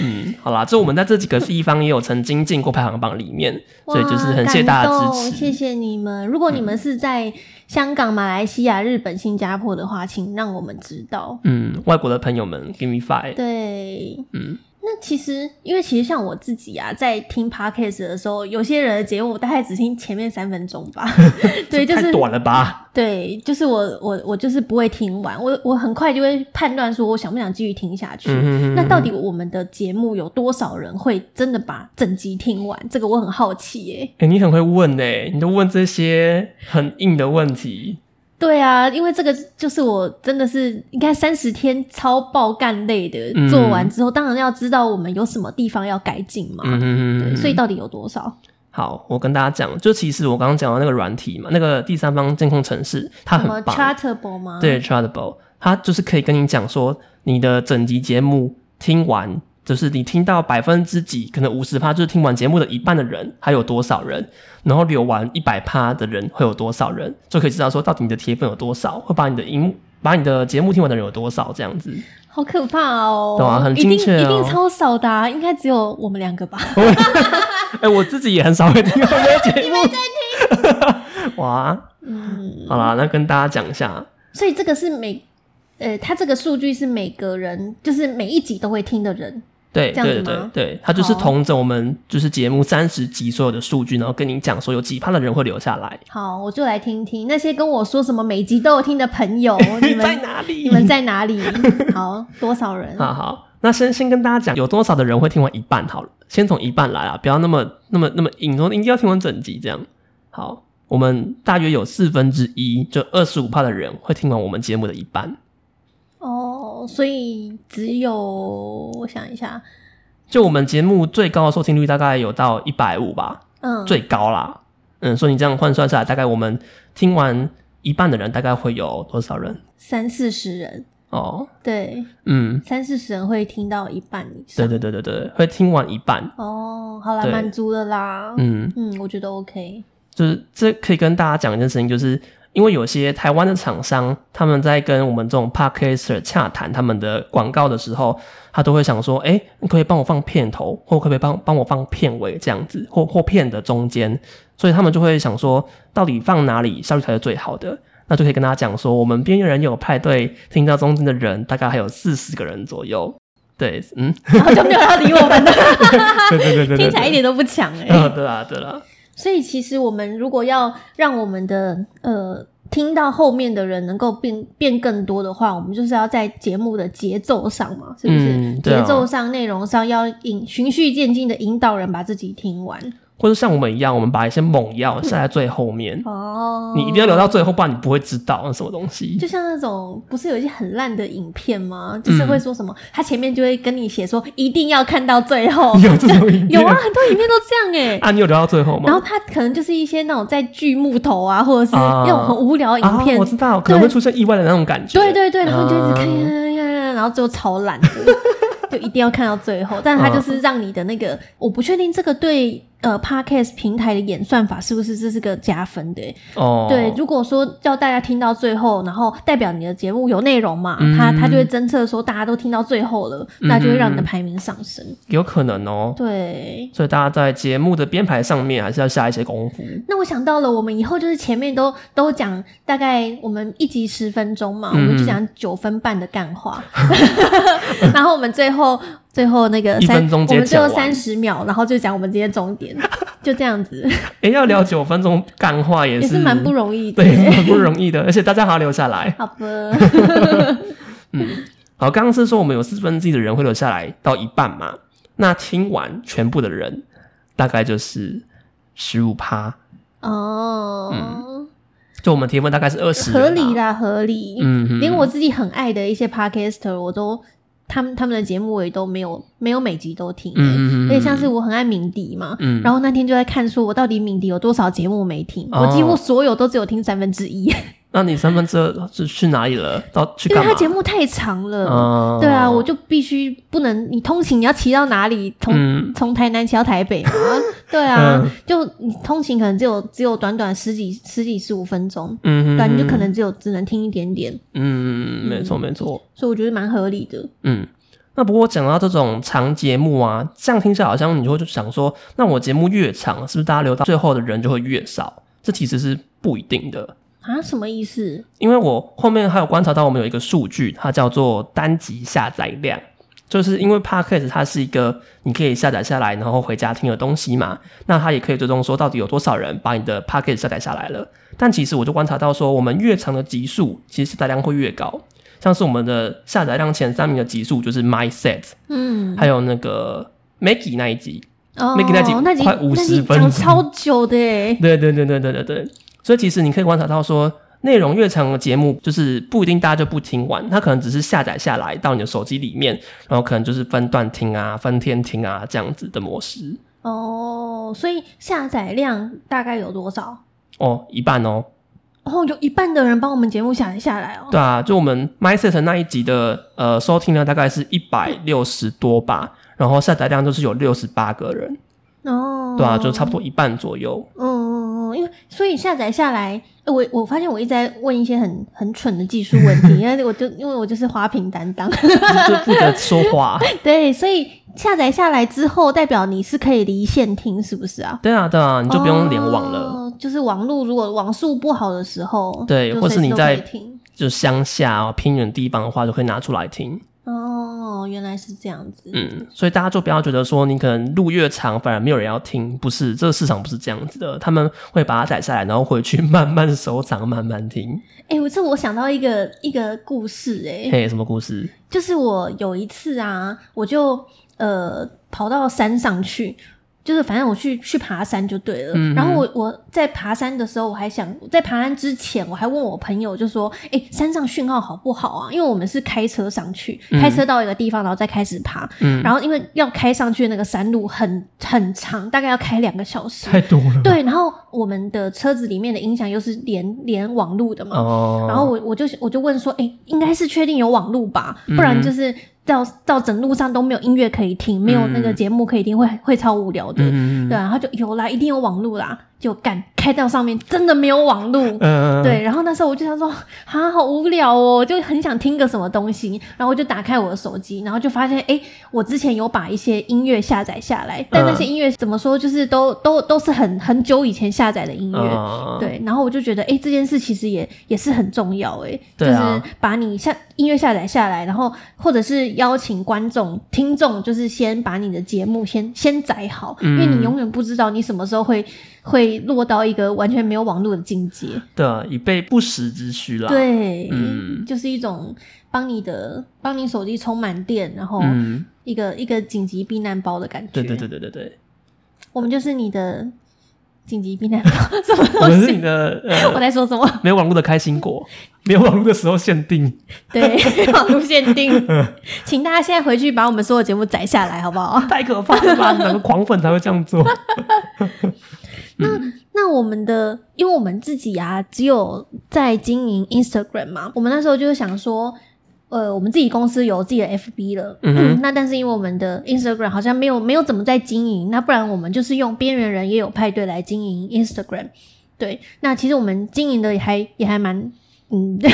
S2: 嗯，好啦，这我们在这几个地方也有曾经进过排行榜里面， (laughs) 所以就是很谢谢大家
S1: 哇
S2: 的
S1: 感动
S2: 支持。嗯
S1: 谢谢你们。如果你们是在香港、马来西亚、日本、新加坡的话，请让我们知道。
S2: 嗯，外国的朋友们，give me five。
S1: 对，
S2: 嗯，
S1: 那其实因为其实像我自己啊，在听 podcast 的时候，有些人的节目我大概只听前面三分钟
S2: (laughs)
S1: 吧，对，就
S2: 太
S1: 是
S2: 短
S1: (laughs)
S2: 了吧？
S1: 对，就是我我我就是不会听完，我我很快就会判断说我想不想继续听下去。
S2: 嗯
S1: 那到底我们的节目有多少人会真的把整集听完？这个我很好奇耶、
S2: 哎、你很会问哎、你都问这些很硬的问题。
S1: 对啊，因为这个就是我真的是应该三十天超爆干类的，
S2: 嗯
S1: 做完之后当然要知道我们有什么地方要改进嘛。
S2: 嗯嗯嗯
S1: 对，
S2: 嗯，
S1: 所以到底有多少？
S2: 好，我跟大家讲，就其实我刚刚讲到那个软体嘛，那个第三方监控城市，它
S1: 什么
S2: 很棒。
S1: Chartable 吗？，
S2: 对，Chartable，它就是可以跟你讲说你的整集节目听完，就是你听到百分之几，可能五十趴，就是听完节目的一半的人还有多少人，然后留完一百趴的人会有多少人，就可以知道说到底你的铁粉有多少，会把你的音。把你的节目听完的人有多少？这样子， (laughs)
S1: 好可怕哦！
S2: 对啊很精确哦
S1: 一定一定超少的、啊，应该只有我们两
S2: (laughs)
S1: 个吧？
S2: 哎、我自己也很少会听我们的节目。 (laughs) 哇，
S1: 嗯，
S2: 好啦，那跟大家讲一下，
S1: 所以这个是每，呃，它这个数据是每个人，就是每一集都会听的人。
S2: 对
S1: 这样
S2: 对
S1: 子
S2: 对
S1: 吗
S2: 对，它就是
S1: 好
S2: 同整我们就是节目三十集所有的数据，然后跟你讲说有几趴的人会留下来。
S1: 好，我就来听听那些跟我说什么每
S2: (laughs)
S1: 集都有听的朋友，你们
S2: 哪里 (laughs)
S1: 你们在哪里？好，多少人？
S2: 好好，那先先跟大家讲，有多少的人会听完一半好了，先从一半来啊，不要那么那么那么硬，说一定要听完整集这样。好，我们大约有四分之一，就二十五趴的人会听完我们节目的一半，
S1: 哦，所以只有我想一下，
S2: 就我们节目最高的收听率大概有到一百五吧，
S1: 嗯，
S2: 最高啦。嗯，所以你这样换算下来，大概我们听完一半的人大概会有多少人？
S1: 三四十人，
S2: 哦，
S1: 对，
S2: 嗯，
S1: 三四十人会听到一半以上。
S2: 对对对对对，会听完一半。
S1: 哦，好啦，
S2: 对
S1: 满足了啦。
S2: 嗯，
S1: 嗯，我觉得 OK。 (laughs)
S2: 就是这可以跟大家讲一件事情，就是因为有些台湾的厂商，他们在跟我们这种 podcaster 洽谈他们的广告的时候，他都会想说，哎、你可不可以帮我放片头，或可不可以帮帮我放片尾这样子，或 (laughs) 或片的中间，所以他们就会想说，到底放哪里效率才是最好的？那就可以跟大家讲说，我们边缘人有派对，听到中间的人大概还有四十个人左右。对，嗯， (laughs)
S1: 然后就没有要理我们的，
S2: 对对对对对，
S1: 听起来一点都不强哎、
S2: 啊，对啦对啦，
S1: 所以其实我们如果要让我们的呃听到后面的人能够变变更多的话，我们就是要在节目的节奏上嘛，是不是？
S2: 嗯对啊
S1: 节奏上、内容上要引循序渐进的引导人把自己听完。
S2: 或者像我们一样，我们把一些猛药塞在最后面，
S1: 嗯哦，
S2: 嗯你一定要留到最后，不然你不会知道那什么东西。
S1: 就像那种不是有一些很烂的影片吗？
S2: 嗯。
S1: 就是会说什么，他前面就会跟你写说一定要看到最后
S2: 有这种 (laughs) 影片
S1: 有啊，很多影片都这样哎、
S2: (laughs) 啊，你有留到最后
S1: 然
S2: 吗？
S1: 后他可能就是一些那种在锯木头啊，或者是
S2: 啊
S1: 那种很无聊的影
S2: 啊，
S1: 片，
S2: 我知道，可能会出现意外的那种感觉。
S1: 对对对，然后就一直看看看看
S2: 嗯
S1: 看，然后最后超
S2: (laughs)
S1: 懒的，就一定要看到最后。但是它就是让你的那个，我不确定这个对呃 podcast 平台的演算法是不是这是个加分的欸、
S2: 哦，
S1: 对，如果说叫大家听到最后，然后代表你的节目有内容嘛，
S2: 嗯
S1: 它它就会侦测说大家都听到最后了，那就会让你的排名上升。
S2: 有可能哦。
S1: 对。
S2: 所以大家在节目的编排上面还是要下一些功夫。
S1: 那我想到了，我们以后就是前面都都讲大概我们一集十分钟
S2: 嗯
S1: 嘛，我们就讲九分半的干
S2: (laughs)
S1: 话，然后我们最后最后那个
S2: 一
S1: 三
S2: 分钟直
S1: 我
S2: 接
S1: 们最后
S2: 讲完
S1: 三十秒，然后就讲我们今天重点，就这样子
S2: 哎，要聊九分钟干话也
S1: 也是
S2: 是
S1: 蛮不容易的。
S2: 对，蛮不容易的，而且大家还要留下来。
S1: 好
S2: (laughs)
S1: 吧，
S2: 好，刚刚是说我们有四分之一的人会留下来到一半嘛？那听完全部的人，大概就是十五趴。
S1: 哦，
S2: 就我们提问大嗯概是二十，
S1: 合理。啦，合理。
S2: 嗯哼，
S1: 连我自己很爱的一些 podcaster，我都他们他们的节目我也都没有没有每集都听、欸，
S2: 嗯嗯嗯嗯
S1: 而且像是我很爱敏迪嘛，
S2: 嗯
S1: 然后那天就在看说我到底敏迪有多少节目没听，
S2: 哦
S1: 我几乎所有都只有听三分之一，
S2: 那你三分之二是去哪里了？到去
S1: 因为
S2: 干嘛？
S1: 他节目太长了。
S2: 哦
S1: 对啊，我就必须不能，你通勤你要骑到哪里？从
S2: 嗯
S1: 从、台南骑到台
S2: (laughs)
S1: 北嘛？对啊，
S2: 嗯
S1: 就你通勤可能只有只有短短十几十几十五分钟，
S2: 嗯，
S1: 对、啊，你就可能只有只能听一点点，
S2: 嗯，没错没错，
S1: 所以我觉得蛮合理的。
S2: 嗯。那不过讲到这种长节目啊，这样听起来好像你就会就想说，那我节目越长，是不是大家留到最后的人就会越少？这其实是不一定的，
S1: 啊，什么意思？
S2: 因为我后面还有观察到，我们有一个数据，它叫做单集下载量，就是因为 Podcast 它是一个你可以下载下来，然后回家听的东西嘛，那它也可以追踪说到底有多少人把你的 Podcast 下载下来了。但其实我就观察到说，我们越长的集数，其实下载量会越高。像是我们的下载量前三名的集数就是 My Set，
S1: 嗯，
S2: 还有那个 Maggie 那一集，
S1: 哦，
S2: 啊那集那集
S1: 那集
S2: 快
S1: 那
S2: 50
S1: 集
S2: 分
S1: 讲
S2: 钟
S1: 超久的耶，
S2: 对对对对对对对，所以其实你可以观察到说，内容越长的节目，就是不一定大家就不听完，它可能只是下载下来到你的手机里面，然后可能就是分段听啊、分天听啊这样子的模式。
S1: 哦，所以下载量大概有多少？
S2: 哦，一半哦，
S1: 哦，有一半的人帮我们节目下载下来哦。
S2: 对啊，就我们 MySet 那一集的呃收听量大概是一百六十多吧，然后下载量就是有六十八个人，
S1: 哦，
S2: 对啊，就差不多一半左右。
S1: 嗯嗯嗯，因为所以下载下来，呃我我发现我一直在问一些很很蠢的技术问题，因为我就因为我就是花瓶担当， (laughs)
S2: 就就负责说话， (laughs)
S1: 对，所以下载下来之后，代表你是可以离线听，是不是啊？
S2: 对啊，对啊，你就不用联网了。
S1: 哦，就是网络如果网速不好的时候，
S2: 对
S1: 就
S2: 或是
S1: 随时
S2: 你
S1: 都可以
S2: 在
S1: 听
S2: 就乡下啊、偏远地方的话，就可以拿出来听。
S1: 哦，原来是这样子。
S2: 嗯，所以大家就不要觉得说你可能录越长反而没有人要听，不是这个市场不是这样子的，他们会把它载下来，然后回去慢慢收藏，慢慢 (laughs) 听。
S1: 哎、我这我想到一个一个故事、哎，
S2: 嘿，什么故事？
S1: 就是我有一次啊，我就呃跑到山上去，就是反正我去去爬山就对了。
S2: 嗯
S1: 然后我我在爬山的时候，我还想在爬山之前，我还问我朋友，就说：“哎、山上讯号好不好啊？”因为我们是开车上去，开车到一个地方，然后再开始爬。
S2: 嗯
S1: 然后因为要开上去的那个山路很很长，大概要开两个小时。
S2: (laughs) 太多了。
S1: 对，然后我们的车子里面的音响又是连连网路的嘛，
S2: 哦，
S1: 然后我我就我就问说，哎、应该是确定有网路吧，
S2: 嗯
S1: 不然就是到到整路上都没有音乐可以听，没有那个节目可以听，会会超无聊的。
S2: 嗯
S1: 对、啊，然后就有啦，一定有网路啦，就干开到上面真的没有网路。
S2: 嗯，
S1: 对，然后那时候我就想说，啊，好无聊哦，我就很想听个什么东西，然后我就打开我的手机，然后就发现，哎，我之前有把一些音乐下载下来，
S2: 嗯
S1: 但那些音乐怎么说，就是都都都是很很久以前下载的音乐，
S2: 嗯，
S1: 对，然后我就觉得，哎、这件事其实也也是很重要、诶，哎、
S2: 对啊
S1: 就是把你下音乐下载下来，然后或者是邀请观众、听众，就是先把你的节目先先载好，因
S2: 嗯
S1: 为你永远不知道你什么时候会会落到一个完全没有网络的境界，
S2: 的以备不时之需啦。，
S1: 对，
S2: 嗯
S1: 就是一种帮你的帮你手机充满电，然后
S2: 嗯，
S1: 一个、一个紧急避难包的感觉，
S2: 对对，对对对对，
S1: 我们就是你的紧急避难
S2: (laughs)
S1: 包，什么
S2: 我
S1: 东
S2: 们是你
S1: 西？
S2: 的呃，
S1: 我在说什么？
S2: 没有网络的开心果，没有网络的时候限定。
S1: 对， (laughs) 网路限定，
S2: 嗯
S1: (laughs) 请大家现在回去把我们所有节目载下来，好不好？
S2: 太可怕了吧！哪个狂粉才会这样
S1: (laughs)
S2: 做？
S1: 那我们的，因为我们自己啊，只有在经营 Instagram 嘛，我们那时候就是想说。呃，我们自己公司有自己的 FB 了，
S2: 嗯哼
S1: 那但是因为我们的 Instagram 好像没有没有怎么在经营，那不然我们就是用边缘人也有派对来经营 Instagram。对，那其实我们经营的也还也还蛮，嗯， (laughs)
S2: 就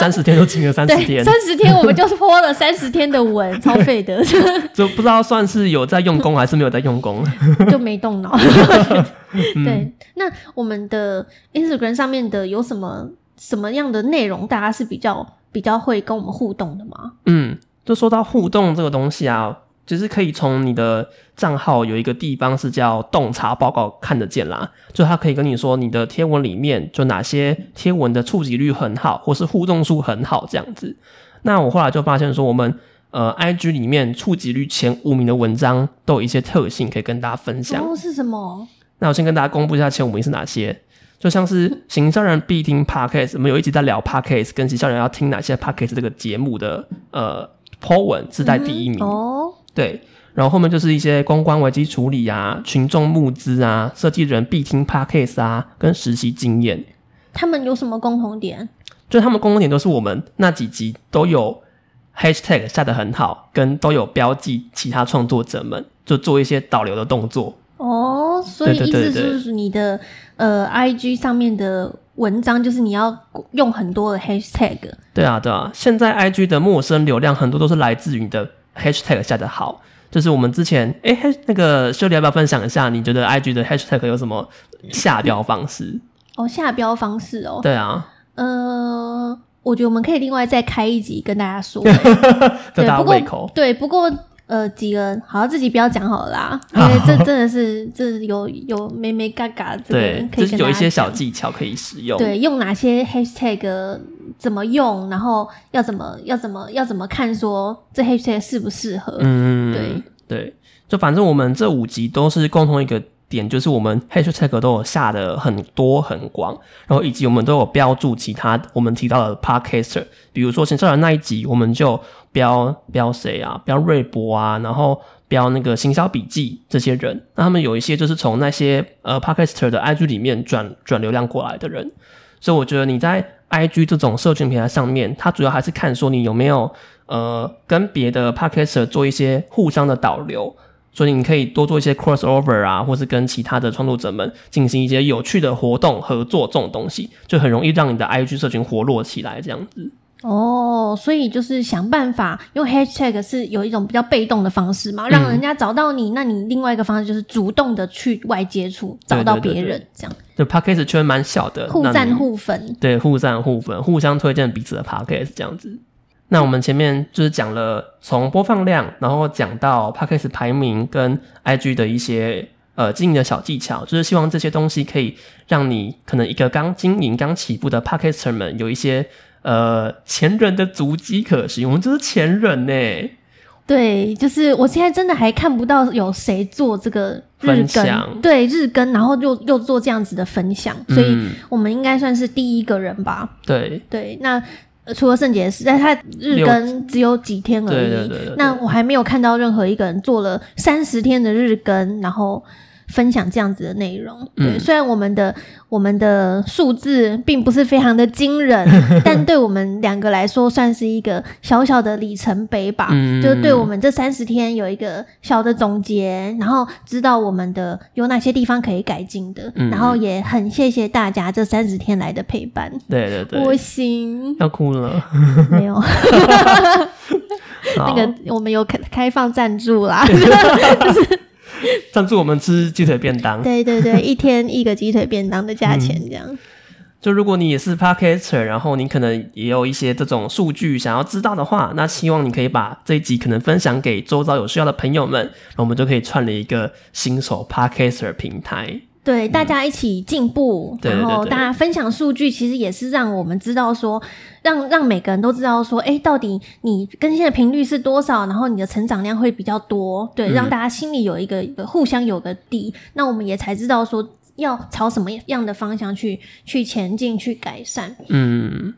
S2: 三十天就进了三十
S1: 对，
S2: 天，
S1: 三十天我们就泼了三十天的文，超费的。 (laughs)
S2: 就不知道算是有在用功还是没有在用功。 (laughs)
S1: 就没动脑。
S2: 嗯
S1: 对，那我们的 Instagram 上面的有什么什么样的内容，大家是比较比较会跟我们互动的吗？
S2: 嗯，就说到互动这个东西啊，就是可以从你的账号有一个地方是叫洞察报告看得见啦，就它可以跟你说你的贴文里面就哪些贴文的触及率很好，或是互动数很好这样子。那我后来就发现说，我们呃，IG 里面触及率前五名的文章都有一些特性可以跟大家分享
S1: 然。哦后是什么？
S2: 那我先跟大家公布一下前五名是哪些，就像是行销人必听 podcast，我们有一集在聊 podcast，跟行销人要听哪些 podcast 这个节目的呃 po 文是在第一名，
S1: 嗯哦，
S2: 对。然后后面就是一些公关危机处理啊、群众募资啊、设计人必听 podcast 啊，跟实习经验，
S1: 他们有什么共同点？
S2: 就他们共同点都是我们那几集都有 hashtag 下的很好，跟都有标记其他创作者们，就做一些导流的动作。
S1: 哦，所以
S2: 对
S1: 意
S2: 对
S1: 思
S2: 对
S1: 就是你的呃 IG 上面的文章，就是你要用很多的 hashtag。
S2: 对啊，对啊，现在 IG 的陌生流量很多都是来自于你的 hashtag 下的好，就是我们之前哎，嘿那个修理要不要分享一下？你觉得 IG 的 hashtag 有什么下标方式？
S1: 哦，下标方式哦，
S2: 对啊，
S1: 呃，我觉得我们可以另外再开一集跟大家说。
S2: 吊
S1: 对，
S2: 大家
S1: 不过
S2: 胃口。
S1: 对，不过呃，几个好自己不要讲好了
S2: (laughs)
S1: 啦，因
S2: 好
S1: 为这真的是这有有没没嘎嘎，这
S2: 对
S1: 个，可
S2: 就
S1: 以
S2: 是
S1: 跟
S2: 有
S1: 大
S2: 一
S1: 家
S2: 些小技巧可以使用。
S1: 对用哪些 hashtag 呃怎么用，然后要怎么要怎么要怎么看说这 hashtag 适不适合。
S2: 嗯，
S1: 对
S2: 对，就反正我们这五集都是共同一个点，就是我们 hashtag 都有下的很多很广，然后以及我们都有标注其他我们提到的 podcaster，比如说陈少人那一集，我们就标标谁啊，标瑞博啊，然后。标那个行销笔记这些人，那他们有一些就是从那些呃 podcaster 的 IG 里面转转流量过来的人，所以我觉得你在 IG 这种社群平台上面，它主要还是看说你有没有呃跟别的 podcaster 做一些互相的导流，所以你可以多做一些 crossover 啊，或是跟其他的创作者们进行一些有趣的活动合作，这种东西就很容易让你的 IG 社群活络起来。这样子，
S1: 哦，所以就是想办法用 hashtag 是有一种比较被动的方式
S2: 嗯
S1: 嘛，让人家找到你。那你另外一个方式就是主动的去外接触，找
S2: 对
S1: 到
S2: 对对
S1: 别
S2: 对
S1: 人，这样
S2: 就 podcast 圈蛮小的，
S1: 互
S2: 那你
S1: 赞互粉。
S2: 对，互赞互粉，互相推荐彼此的 podcast 这样子。那我们前面就是讲了从播放量，然后讲到 podcast 排名跟 IG 的一些呃经营的小技巧，就是希望这些东西可以让你可能一个刚经营、刚起步的 podcaster 们有一些呃前人的足迹可循。我们就是前人呢、
S1: 对，就是我现在真的还看不到有谁做这个日
S2: 分享
S1: 更，对日更，然后又又做这样子的分享，所以
S2: 嗯、
S1: 我们应该算是第一个人吧。
S2: 对
S1: 对，那呃除了圣杰是，但他日
S2: 六
S1: 更只有几天而已。
S2: 对对对对，
S1: 那我还没有看到任何一个人做了三十天的日更，然后分享这样子的内容。对，
S2: 嗯
S1: 虽然我们的我们的数字并不是非常的惊
S2: (laughs)
S1: 人，但对我们两个来说算是一个小小的里程碑吧。
S2: 嗯
S1: 就是对我们这三十天有一个小的总结，然后知道我们的有哪些地方可以改进的，
S2: 嗯
S1: 然后也很谢谢大家这三十天来的陪伴。
S2: 对对对，
S1: 我行，
S2: 要哭了。
S1: (laughs) 没
S2: (laughs)
S1: 有。那
S2: 好
S1: 个我们有开开放赞助
S2: (laughs)
S1: 啦，
S2: 赞助我们吃鸡腿便当。
S1: 对对对，一天一个鸡腿便当的价
S2: 嗯
S1: 钱这样。
S2: 就如果你也是 podcaster，然后你可能也有一些这种数据想要知道的话，那希望你可以把这一集可能分享给周遭有需要的朋友们，那我们就可以串联一个新手 podcaster 平台。
S1: 对，大家一起进步，
S2: 嗯对
S1: 然后
S2: 对对
S1: 大家分享数据，其实也是让我们知道说，让让每个人都知道说，哎，到底你更新的频率是多少，然后你的成长量会比较多，
S2: 嗯
S1: 对，让大家心里有一个互相有个底，那我们也才知道说要朝什么样的方向去去前进，去改善。
S2: 嗯，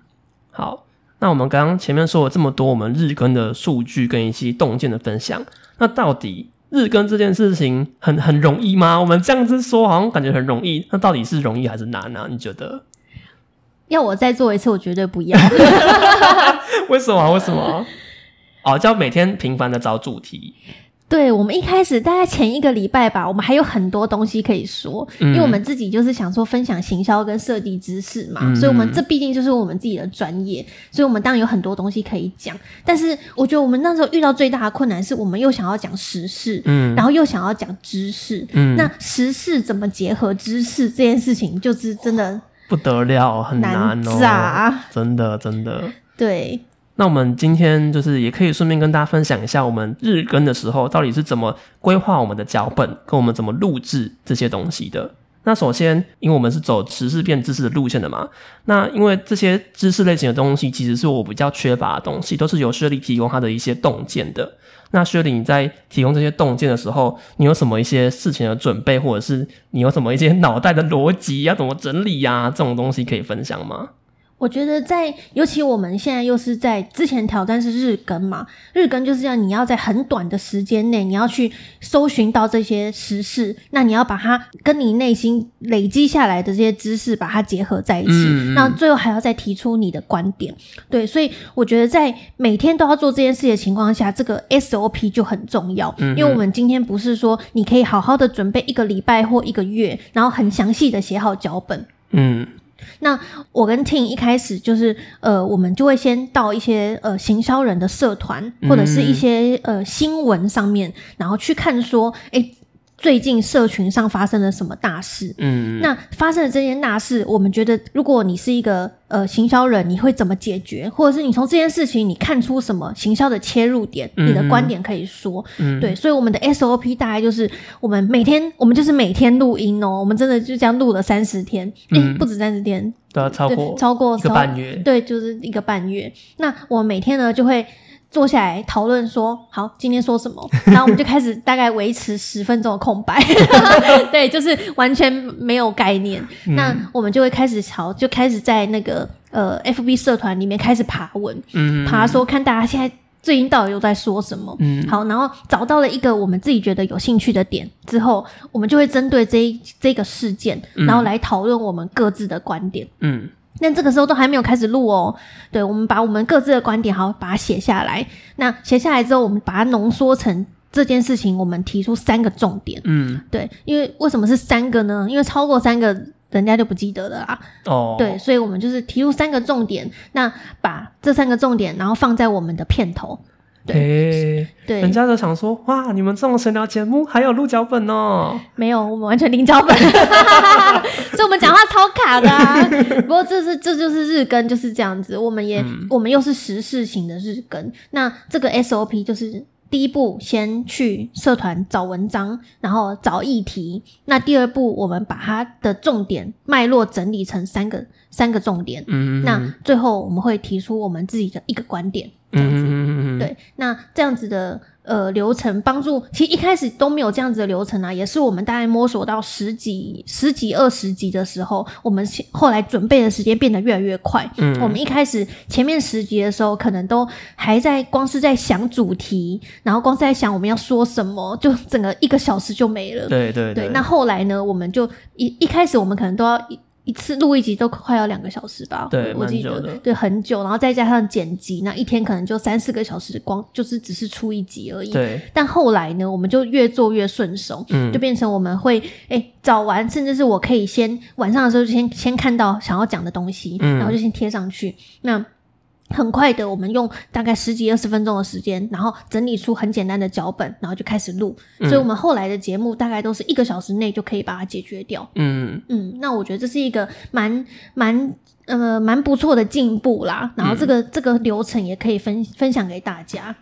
S2: 好，那我们刚刚前面说了这么多，我们日更的数据跟一些洞见的分享，那到底日更这件事情很很容易吗？我们这样子说好像感觉很容易，那到底是容易还是难呢、你觉得？ (laughs)
S1: 要我再做一次，我绝对不要。
S2: 为什么？为什么？哦，叫每天频繁的找主题，
S1: 对我们一开始大概前一个礼拜吧，我们还有很多东西可以说，
S2: 嗯
S1: 因为我们自己就是想说分享行销跟设计知识嘛，
S2: 嗯
S1: 所以我们这毕竟就是我们自己的专业，所以我们当然有很多东西可以讲。但是我觉得我们那时候遇到最大的困难是我们又想要讲时事，
S2: 嗯
S1: 然后又想要讲知识，
S2: 嗯
S1: 那时事怎么结合知识这件事情，就是真的
S2: 不得了，哦很难哦、
S1: 炸。啊
S2: 真的真的。
S1: 对，
S2: 那我们今天就是也可以顺便跟大家分享一下，我们日更的时候到底是怎么规划我们的脚本，跟我们怎么录制这些东西的。那首先，因为我们是走时事变知识的路线的嘛，那因为这些知识类型的东西其实是我比较缺乏的东西，都是由薛丽提供她的一些洞见的。那薛丽你在提供这些洞见的时候，你有什么一些事情的准备，或者是你有什么一些脑袋的逻辑要怎么整理呀、这种东西可以分享吗？
S1: 我觉得在，尤其我们现在又是在之前挑战是日更嘛，日更就是要你要在很短的时间内，你要去搜寻到这些时事，那你要把它跟你内心累积下来的这些知识，把它结合在一起，
S2: 嗯嗯
S1: 那最后还要再提出你的观点。对，所以我觉得在每天都要做这件事的情况下，这个 SOP 就很重要，
S2: 嗯
S1: 因为我们今天不是说你可以好好的准备一个礼拜或一个月，然后很详细的写好脚本，
S2: 嗯
S1: 那我跟 Tin 一开始就是呃，我们就会先到一些呃行销人的社团或者
S2: 嗯
S1: 是一些呃新闻上面，然后去看说，哎、最近社群上发生了什么大事？
S2: 嗯，
S1: 那发生了这件大事，我们觉得，如果你是一个呃行销人，你会怎么解决？或者是你从这件事情你看出什么行销的切入点？你的观点可以说，
S2: 嗯
S1: 对。所以我们的 SOP 大概就是我们每天，我们就是每天录音哦，我们真的就这样录了三十天，诶、
S2: 嗯
S1: 不止三十天，
S2: 对啊，超
S1: 对，
S2: 过
S1: 超过
S2: 一个
S1: 超
S2: 半月
S1: 对，就是一个半月。那我每天呢就会坐下来讨论说，好，今天说什么， (laughs) 然后我们就开始大概维持十分钟的空白， (laughs) 对，就是完全没有概念。
S2: 嗯
S1: 那我们就会开始朝，就开始在那个呃 FB 社团里面开始爬文，
S2: 嗯
S1: 爬说看大家现在。最近到底又在说什么？
S2: 嗯
S1: 好，然后找到了一个我们自己觉得有兴趣的点之后，我们就会针对这一这个事件，然后来讨论我们各自的观点。
S2: 嗯
S1: 那这个时候都还没有开始录哦，对，我们把我们各自的观点好把它写下来。那写下来之后，我们把它浓缩成这件事情，我们提出三个重点。
S2: 嗯
S1: 对，因为为什么是三个呢？因为超过三个人家就不记得了啊。
S2: 哦，
S1: 对，所以我们就是提出三个重点，那把这三个重点，然后放在我们的片头。
S2: 对，
S1: 对
S2: 人，家就想说，哇，你们这种神聊节目还有录脚本哦，
S1: 没有，我们完全零脚本，所以我们讲话超卡的、啊。不过这是这就是日更就是这样子，我们也、我们又是时事型的日更，那这个 SOP 就是。第一步，先去社团找文章，然后找议题。那第二步，我们把它的重点脉络整理成三个三个重点。
S2: 嗯，
S1: 那最后我们会提出我们自己的一个观点，这样子。
S2: 嗯，
S1: 对，那这样子的呃流程帮助，其实一开始都没有这样子的流程啊，也是我们大概摸索到十几、十几、二十集的时候，我们先后来准备的时间变得越来越快。
S2: 嗯
S1: 我们一开始前面十集的时候，可能都还在光是在想主题，然后光是在想我们要说什么，就整个一个小时就没了。
S2: 对对
S1: 对，那后来呢，我们就一一开始我们可能都要一一次录一集都快要两个小时吧，
S2: 对
S1: 我我
S2: 蛮
S1: 记
S2: 久
S1: 得
S2: 的
S1: 对很久，然后再加上剪辑，那一天可能就三四个小时光，就是只是出一集而已。
S2: 对，
S1: 但后来呢，我们就越做越顺手，
S2: 嗯
S1: 就变成我们会哎、找完，甚至是我可以先晚上的时候就先先看到想要讲的东西，
S2: 嗯
S1: 然后就先贴上去。那很快的，我们用大概十几二十分钟的时间，然后整理出很简单的脚本，然后就开始录。
S2: 嗯
S1: 所以我们后来的节目大概都是一个小时内就可以把它解决掉。
S2: 嗯
S1: 嗯，那我觉得这是一个蛮蛮呃蛮不错的进步啦。然后
S2: 嗯
S1: 这个、这个流程也可以分分享给大家。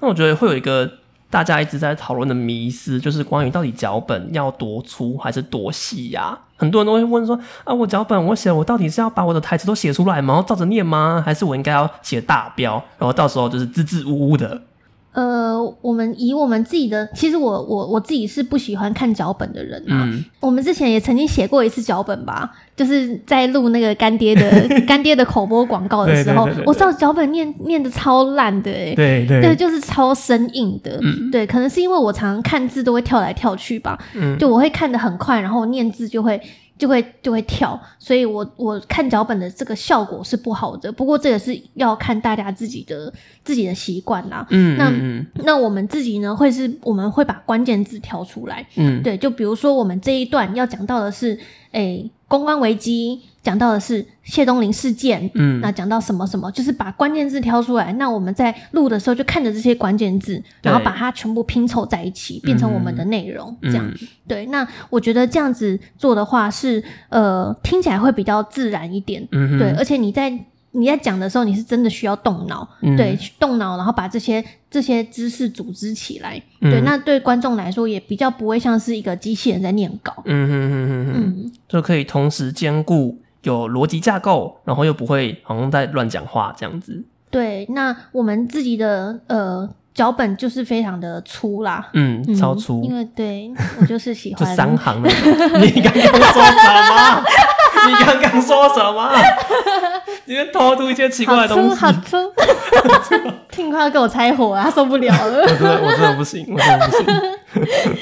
S2: 那我觉得会有一个大家一直在讨论的迷思，就是关于到底脚本要多粗还是多细呀、很多人都会问说啊，我脚本我写，我到底是要把我的台词都写出来吗？然后照着念吗？还是我应该要写大标，然后到时候就是支支吾吾的？
S1: 呃，我们以我们自己的，其实我我我自己是不喜欢看脚本的人啊。
S2: 嗯
S1: 我们之前也曾经写过一次脚本吧，就是在录那个干爹的 (laughs) 干爹的口播广告的时候，
S2: 对对对对对
S1: 我照脚本念念的超烂的、欸，
S2: 对嗯对
S1: 对，就是超生硬的。对，可能是因为我常常看字都会跳来跳去吧，
S2: 嗯
S1: 就我会看得很快，然后念字就会。就会就会跳，所以我我看脚本的这个效果是不好的。不过这也是要看大家自己的自己的习惯啊啦。
S2: 嗯
S1: 那
S2: 嗯
S1: 那我们自己呢，会是我们会把关键字挑出来，
S2: 嗯
S1: 对，就比如说我们这一段要讲到的是，诶、公关危机，讲到的是谢东林事件，
S2: 嗯
S1: 那讲到什么什么，就是把关键字挑出来。那我们在录的时候就看着这些关键字，然后把它全部拼凑在一起，变成我们
S2: 嗯
S1: 的内容。这样、对。那我觉得这样子做的话是，呃，听起来会比较自然一点。
S2: 嗯哼
S1: 对，而且你在你在讲的时候，你是真的需要动脑，
S2: 嗯
S1: 对，去动脑，然后把这些这些知识组织起来。对，
S2: 嗯
S1: 那对观众来说也比较不会像是一个机器人在念稿。
S2: 嗯哼哼哼哼，
S1: 嗯，
S2: 就可以同时兼顾有逻辑架构，然后又不会好像在乱讲话这样子。
S1: 对。那我们自己的呃脚本就是非常的粗啦，
S2: 嗯，
S1: 嗯
S2: 超出。
S1: 因为对我就是喜
S2: (laughs) 就
S1: 欢
S2: 三行那种。你刚刚说什么？你刚刚说什么？你在偷渡一些奇怪
S1: 好
S2: 的东
S1: 粗
S2: 西
S1: 好。粗， (laughs) 听快要给我拆火啊，受不了了。
S2: 我真的我真的不行，我真的不行。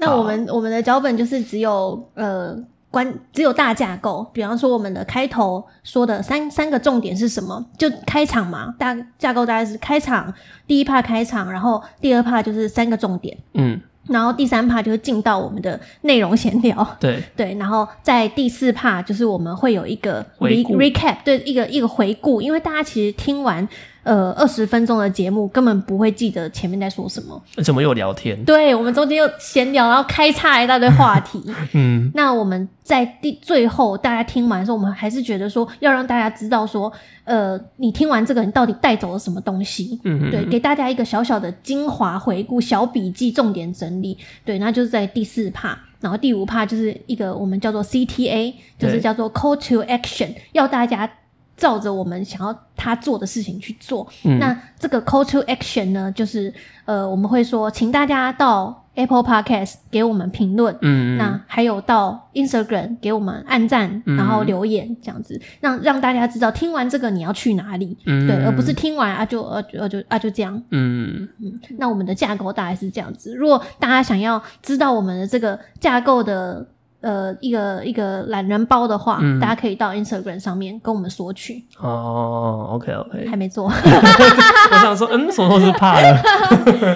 S1: 那我们我们的脚本就是只有呃关只有大架构，比方说我们的开头说的三三个重点是什么？就开场嘛，大架构大概是开场，第一趴开场，然后第二趴就是三个重点，
S2: 嗯，
S1: 然后第三趴就是进到我们的内容闲聊。 (laughs)
S2: 对，
S1: 对，然后在第四趴就是我们会有一个
S2: 回
S1: re
S2: 顾
S1: recap，对，一个一个回顾，因为大家其实听完呃二十分钟的节目，根本不会记得前面在说什么。
S2: 而且我们又有聊天。
S1: 对我们中间又闲聊，然后开岔一大堆话题。
S2: 嗯
S1: 那我们在第最后大家听完的时候，我们还是觉得说要让大家知道说，呃，你听完这个你到底带走了什么东西。
S2: 嗯，
S1: 对，给大家一个小小的精华回顾、小笔记、重点整理。对，那就是在第四趴，然后第五趴就是一个我们叫做 CTA，就
S2: 对
S1: 是叫做 Call to Action，要大家照着我们想要他做的事情去做。
S2: 嗯
S1: 那这个 Call to Action 呢，就是呃，我们会说，请大家到 Apple Podcast 给我们评论。
S2: 嗯嗯
S1: 那还有到 Instagram 给我们按赞，
S2: 嗯
S1: 然后留言这样子，让让大家知道听完这个你要去哪里，
S2: 嗯
S1: 对，而不是听完啊就呃就呃就啊就这样。
S2: 嗯
S1: 那我们的架构大概是这样子。如果大家想要知道我们的这个架构的呃一个一个懒人包的话，
S2: 嗯
S1: 大家可以到 Instagram 上面跟我们索取，
S2: 哦，OK OK，
S1: 还没
S2: (laughs)
S1: 做。
S2: 我想说，嗯，什么时候是怕了？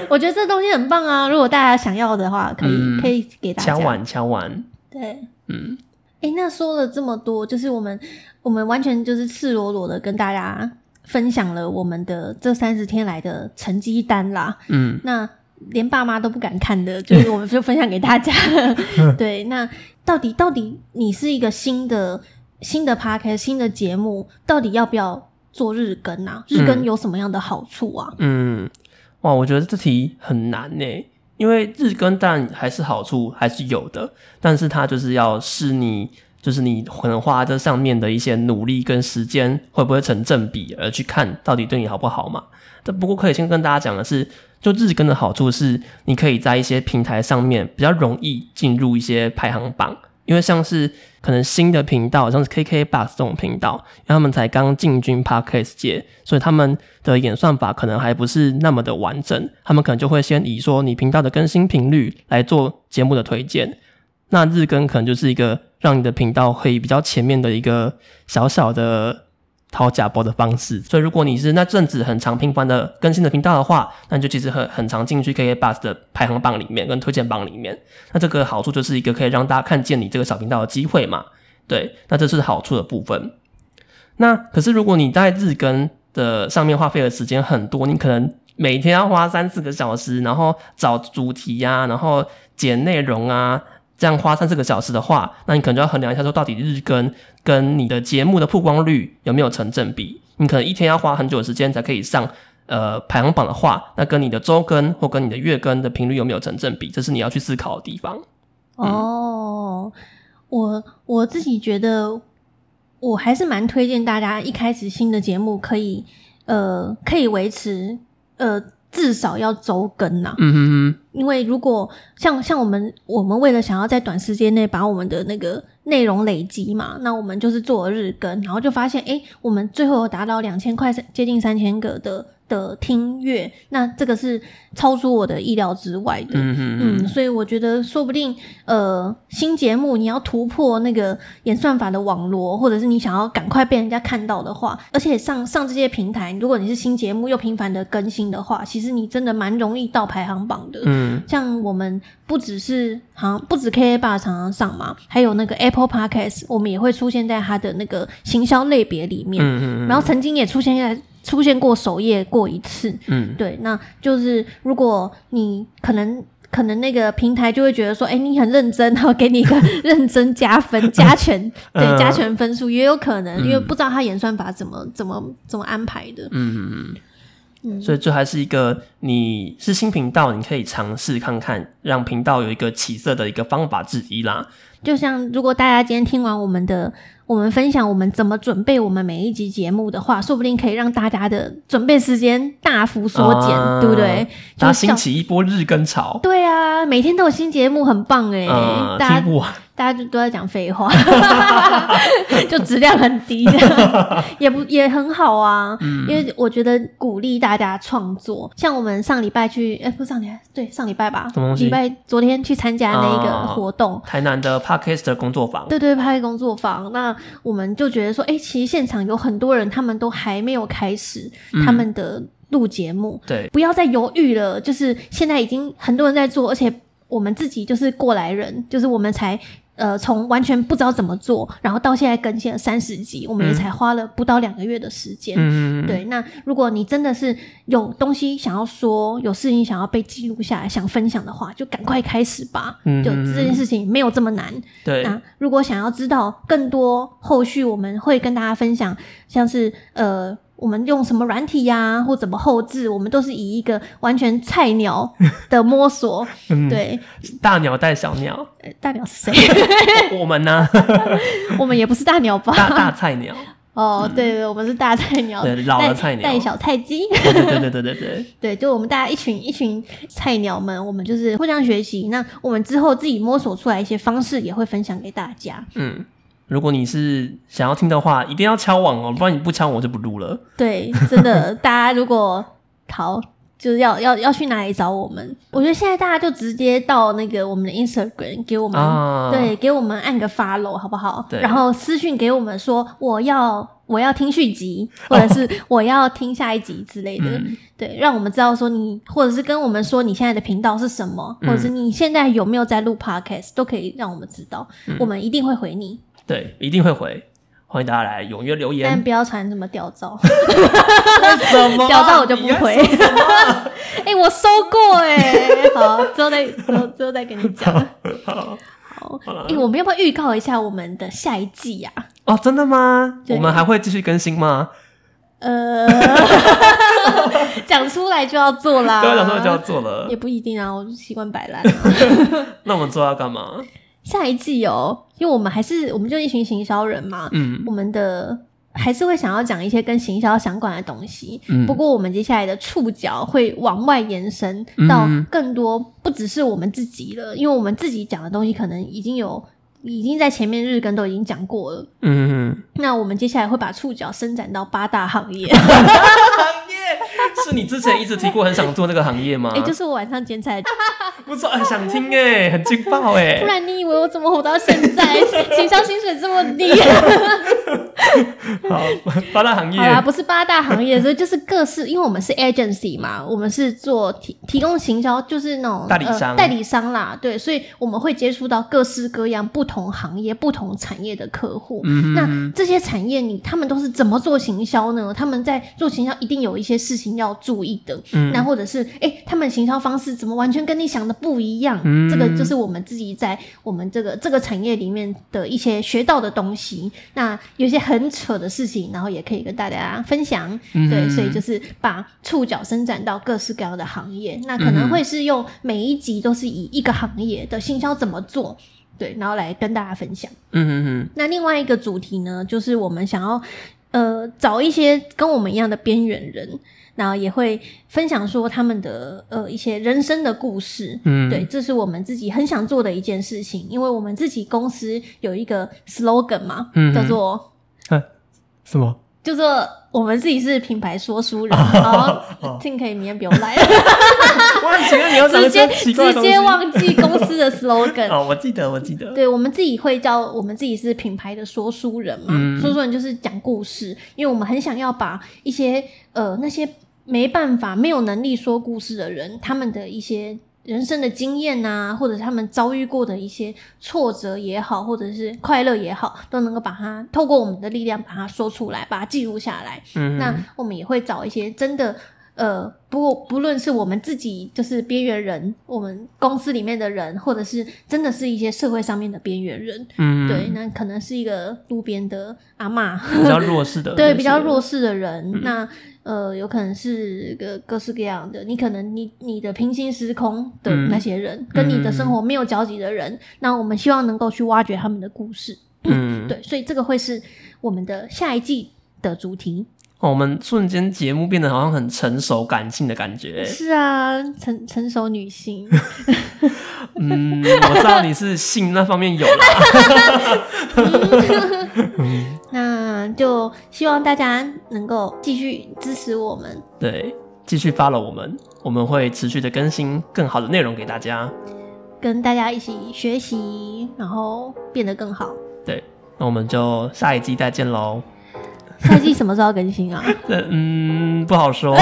S1: 我觉得这东西很棒啊！如果大家想要的话，可以、
S2: 嗯
S1: 可以给大
S2: 敲
S1: 家。
S2: 碗敲碗，
S1: 对，
S2: 嗯，
S1: 哎、那说了这么多，就是我们我们完全就是赤裸裸的跟大家分享了我们的这三十天来的成绩单啦。
S2: 嗯，
S1: 那连爸妈都不敢看的，就是我们就分享给大家。对，那到底到底你是一个新的新的 podcast 新的节目，到底要不要做日更啊？日更
S2: 嗯
S1: 有什么样的好处啊？
S2: 嗯，哇，我觉得这题很难呢，因为日更当然还是好处还是有的，但是它就是要视你，就是你可能花这上面的一些努力跟时间会不会成正比，而去看到底对你好不好嘛。但不过可以先跟大家讲的是，就日更的好处是，你可以在一些平台上面比较容易进入一些排行榜。因为像是可能新的频道，像是 KKBox 这种频道，因为他们才刚进军 Podcast 界，所以他们的演算法可能还不是那么的完整，他们可能就会先以说你频道的更新频率来做节目的推荐。那日更可能就是一个让你的频道会比较前面的一个小小的掏假包的方式。所以如果你是那阵子很常频繁的更新的频道的话，那你就其实很很常进去 KKBox 的排行榜里面跟推荐榜里面。那这个好处就是一个可以让大家看见你这个小频道的机会嘛。对，那这是好处的部分。那可是如果你在日更的上面花费的时间很多，你可能每天要花三四个小时，然后找主题呀、然后剪内容啊，这样花三四个小时的话，那你可能就要衡量一下，说到底日更跟你的节目的曝光率有没有成正比？你可能一天要花很久的时间才可以上。呃，排行榜的话，那跟你的周更或跟你的月更的频率有没有成正比？这是你要去思考的地方。
S1: 哦，我我自己觉得，我还是蛮推荐大家一开始新的节目可以，呃，可以维持，呃，至少要周更呐、啊
S2: 嗯哼
S1: 因为如果像像我们，我们为了想要在短时间内把我们的那个内容累积嘛，那我们就是做了日更，然后就发现，诶，我们最后有达到两千块，接近三千个的的听阅，那这个是超出我的意料之外的。
S2: 嗯哼
S1: 嗯，所以我觉得说不定，呃，新节目你要突破那个演算法的网罗，或者是你想要赶快被人家看到的话，而且上上这些平台，如果你是新节目又频繁的更新的话，其实你真的蛮容易到排行榜的。
S2: 嗯
S1: 像我们不只是好像不止 KA 爸常常上嘛，还有那个 Apple Podcast，我们也会出现在它的那个行销类别里面。
S2: 嗯嗯
S1: 然后曾经也出现在出现过首页过一次，
S2: 嗯
S1: 对，那就是如果你可能可能那个平台就会觉得说，哎、你很认真，然后给你一个认真加分 (laughs) 加权，对
S2: 嗯
S1: 加权分数也有可能，因为
S2: 嗯
S1: 不知道他演算法怎么怎么怎么安排的。
S2: 嗯嗯，
S1: 嗯
S2: 所以这还是一个你是新频道，你可以尝试看看，让频道有一个起色的一个方法之一啦。
S1: 就像如果大家今天听完我们的，我们分享我们怎么准备我们每一集节目的话，说不定可以让大家的准备时间大幅缩减，
S2: 啊
S1: 对不对？
S2: 大
S1: 就
S2: 家
S1: 像
S2: 兴起一波日更潮，
S1: 对啊，每天都有新节目，很棒哎、
S2: 嗯，
S1: 大
S2: 听
S1: 家
S2: 不完，
S1: 大家就都在讲废话， (laughs) 就质量很低，这样也不也很好啊。
S2: 嗯
S1: 因为我觉得鼓励大家创作，像我们上礼拜去，哎、不是上礼拜，对上礼拜吧
S2: 什么东，西
S1: 礼拜昨天去参加那个
S2: 哦
S1: 活动，
S2: 台南的 Podcast 工作坊，
S1: 对对，拍工作坊。那我们就觉得说，哎、其实现场有很多人，他们都还没有开始
S2: 嗯
S1: 他们的录节目，
S2: 对，
S1: 不要再犹豫了。就是现在已经很多人在做，而且我们自己就是过来人，就是我们才。呃，从完全不知道怎么做，然后到现在更新了三十集，我们也
S2: 嗯
S1: 才花了不到两个月的时间。
S2: 嗯，
S1: 对，那如果你真的是有东西想要说，有事情想要被记录下来，想分享的话，就赶快开始吧。
S2: 嗯
S1: 就这件事情没有这么难。
S2: 对，
S1: 那如果想要知道更多后续，我们会跟大家分享，像是呃，我们用什么软体呀、或怎么后置，我们都是以一个完全菜鸟的摸
S2: (laughs)
S1: 索。
S2: 嗯，
S1: 对，
S2: 大鸟带小鸟，
S1: 呃大鸟是谁？
S2: (laughs) 我们 (laughs) 呢，
S1: 我们也不是大鸟吧？
S2: 大大菜鸟，
S1: 哦，对对，我们是大菜鸟，
S2: 对老的
S1: 带
S2: 菜鸟
S1: 带小菜鸡。 (laughs)
S2: 对对对对对对，
S1: 对，就我们大家一群一群菜鸟们，我们就是互相学习。那我们之后自己摸索出来一些方式，也会分享给大家。
S2: 嗯。如果你是想要听的话，一定要敲网哦，不然你不敲我就不录了。
S1: 对，真的，大家如果好就是要要要去哪里找我们？我觉得现在大家就直接到那个我们的 Instagram 给我们、
S2: 啊
S1: 对，给我们按个 follow 好不好？
S2: 对
S1: 然后私讯给我们说我要我要听续集，或者是我要听下一集之类的，
S2: 嗯
S1: 对，让我们知道说你，或者是跟我们说你现在的频道是什么，
S2: 嗯
S1: 或者是你现在有没
S2: 嗯
S1: 有在录 podcast，都可以让我们知道，我们一定会回你。
S2: 对，一定会回。欢迎大家来踊跃留
S1: 但
S2: 言。
S1: 不要传什么屌照， (laughs)
S2: 为什么啊？
S1: 屌照我就不
S2: 你在
S1: 回
S2: 说什么啊
S1: (laughs) 哎、我收过哎、
S2: (laughs)
S1: 好，之后再之后之后再跟你讲。
S2: 好
S1: 好，哎、我们要不要预告一下我们的下一季呀、啊？
S2: 哦，真的吗？
S1: 对
S2: 我们还会继续更新吗？ (laughs)
S1: 呃，讲出来就要做啦，
S2: 对，啊讲说就要做了
S1: 也。不一定啊，我就习惯摆烂。啊
S2: 那我们做要干嘛？
S1: 下一季哦，因为我们还是我们就一群行销人嘛，
S2: 嗯
S1: 我们的还是会想要讲一些跟行销相关的东西。
S2: 嗯
S1: 不过我们接下来的触角会往外延伸到
S2: 嗯
S1: 更多，不只是我们自己了，因为我们自己讲的东西可能已经有已经在前面日更都已经讲过了。
S2: 嗯，
S1: 那我们接下来会把触角伸展到八大行业，
S2: 啊
S1: (laughs)
S2: 行业是你之前一直提过很想做那个行业吗？
S1: 哎、就是我晚上剪彩的，啊
S2: 不错，很想听哎，很劲爆
S1: (laughs)
S2: 哎
S1: 不。然你以为我怎么活到现在？ (laughs) 行销薪水这么低？
S2: 好，八大行业
S1: 好啦，不是八大行业，所以就是各式，因为我们是 agency 嘛，我们是做提提供行销，就是那种
S2: 代理商
S1: 呃、代理商啦，对，所以我们会接触到各式各样不同行业、不同产业的客户。
S2: 嗯
S1: 那这些产业你他们都是怎么做行销呢？他们在做行销一定有一些事情要注意的，
S2: 嗯
S1: 那或者是哎、诶他们行销方式怎么完全跟你想的不一样？
S2: 嗯
S1: 这个就是我们自己在我们这个这个产业里面的一些学到的东西。那有些很扯的事情，然后也可以跟大家分享。
S2: 嗯
S1: 对，所以就是把触角伸展到各式各样的行业。那可能会是用每一集都是以一个行业的行销怎么做，对，然后来跟大家分享。
S2: 嗯嗯
S1: 那另外一个主题呢，就是我们想要呃找一些跟我们一样的边缘人，然后也会分享说他们的呃一些人生的故事。
S2: 嗯，
S1: 对，，这是我们自己很想做的一件事情，因为我们自己公司有一个 slogan 嘛，
S2: 嗯
S1: 叫做
S2: 哎什么？
S1: 叫做我们自己是品牌说书
S2: (laughs)
S1: 人，然
S2: 哦
S1: 后 Tim 可以明天不用来，
S2: 我很喜欢你要讲
S1: 直
S2: 一些
S1: 接
S2: 奇怪的
S1: 直
S2: 东西
S1: 接忘记公司的
S2: (laughs)
S1: slogan，
S2: 哦，我记得，我记得。
S1: 对，我们自己会叫我们自己是品牌的说书人嘛，
S2: 嗯
S1: 说书人就是讲故事，因为我们很想要把一些呃那些没办法、没有能力说故事的人，他们的一些人生的经验啊，或者他们遭遇过的一些挫折也好，或者是快乐也好，都能够把它透过我们的力量把它说出来，把它记录下来。
S2: 嗯，
S1: 那我们也会找一些真的，呃，不不论是我们自己就是边缘人，我们公司里面的人，或者是真的是一些社会上面的边缘人，
S2: 嗯
S1: 对，，那可能是一个路边的阿嬷， (laughs)
S2: 比较弱势的，嗯
S1: 对，比较弱势的人，那呃，有可能是个各式各样的，你可能你你的平行时空的
S2: 嗯
S1: 那些人，跟你的生活没有交集的人，那我们希望能够去挖掘他们的故事，
S2: 嗯，
S1: 对，所以这个会是我们的下一季的主题。
S2: 哦我们瞬间节目变得好像很成熟感性的感 (laughs) 觉。
S1: 是啊，成成熟女
S2: (laughs)
S1: 性，
S2: 嗯，我知道你是性那方面
S1: (laughs)
S2: 有啦。
S1: 那就希望大家能够继续支持我们。
S2: 对，继续 follow 我们，我们会持续的更新更好的内容给大家。
S1: 跟大家一起学习，然
S2: (laughs)
S1: 后变得更好。
S2: 对，那我们就下一季再见喽。
S1: 下一季什么时候更新
S2: (laughs)
S1: 啊？
S2: 这嗯，不好
S1: (laughs)
S2: 说。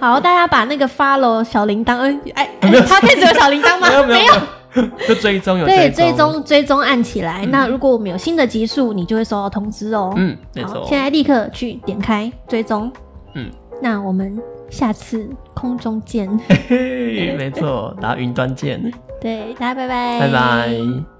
S1: 好，大家把那个 follow 小铃铛，
S2: (laughs)
S1: 嗯，哎，他开始有小铃铛吗？
S2: 没有没有，没有 (laughs) 就追踪有
S1: 对，追
S2: 追踪。
S1: 踪追踪按起来。那如果我们有新的集数，你就会收到通知哦。
S2: 嗯，没
S1: 好
S2: 错。
S1: 现在立刻去点开追踪。
S2: 嗯，
S1: 那我们下次空中
S2: (laughs)
S1: 见。
S2: 嘿没错，打云端见，
S1: 对，大家拜拜，
S2: 拜拜。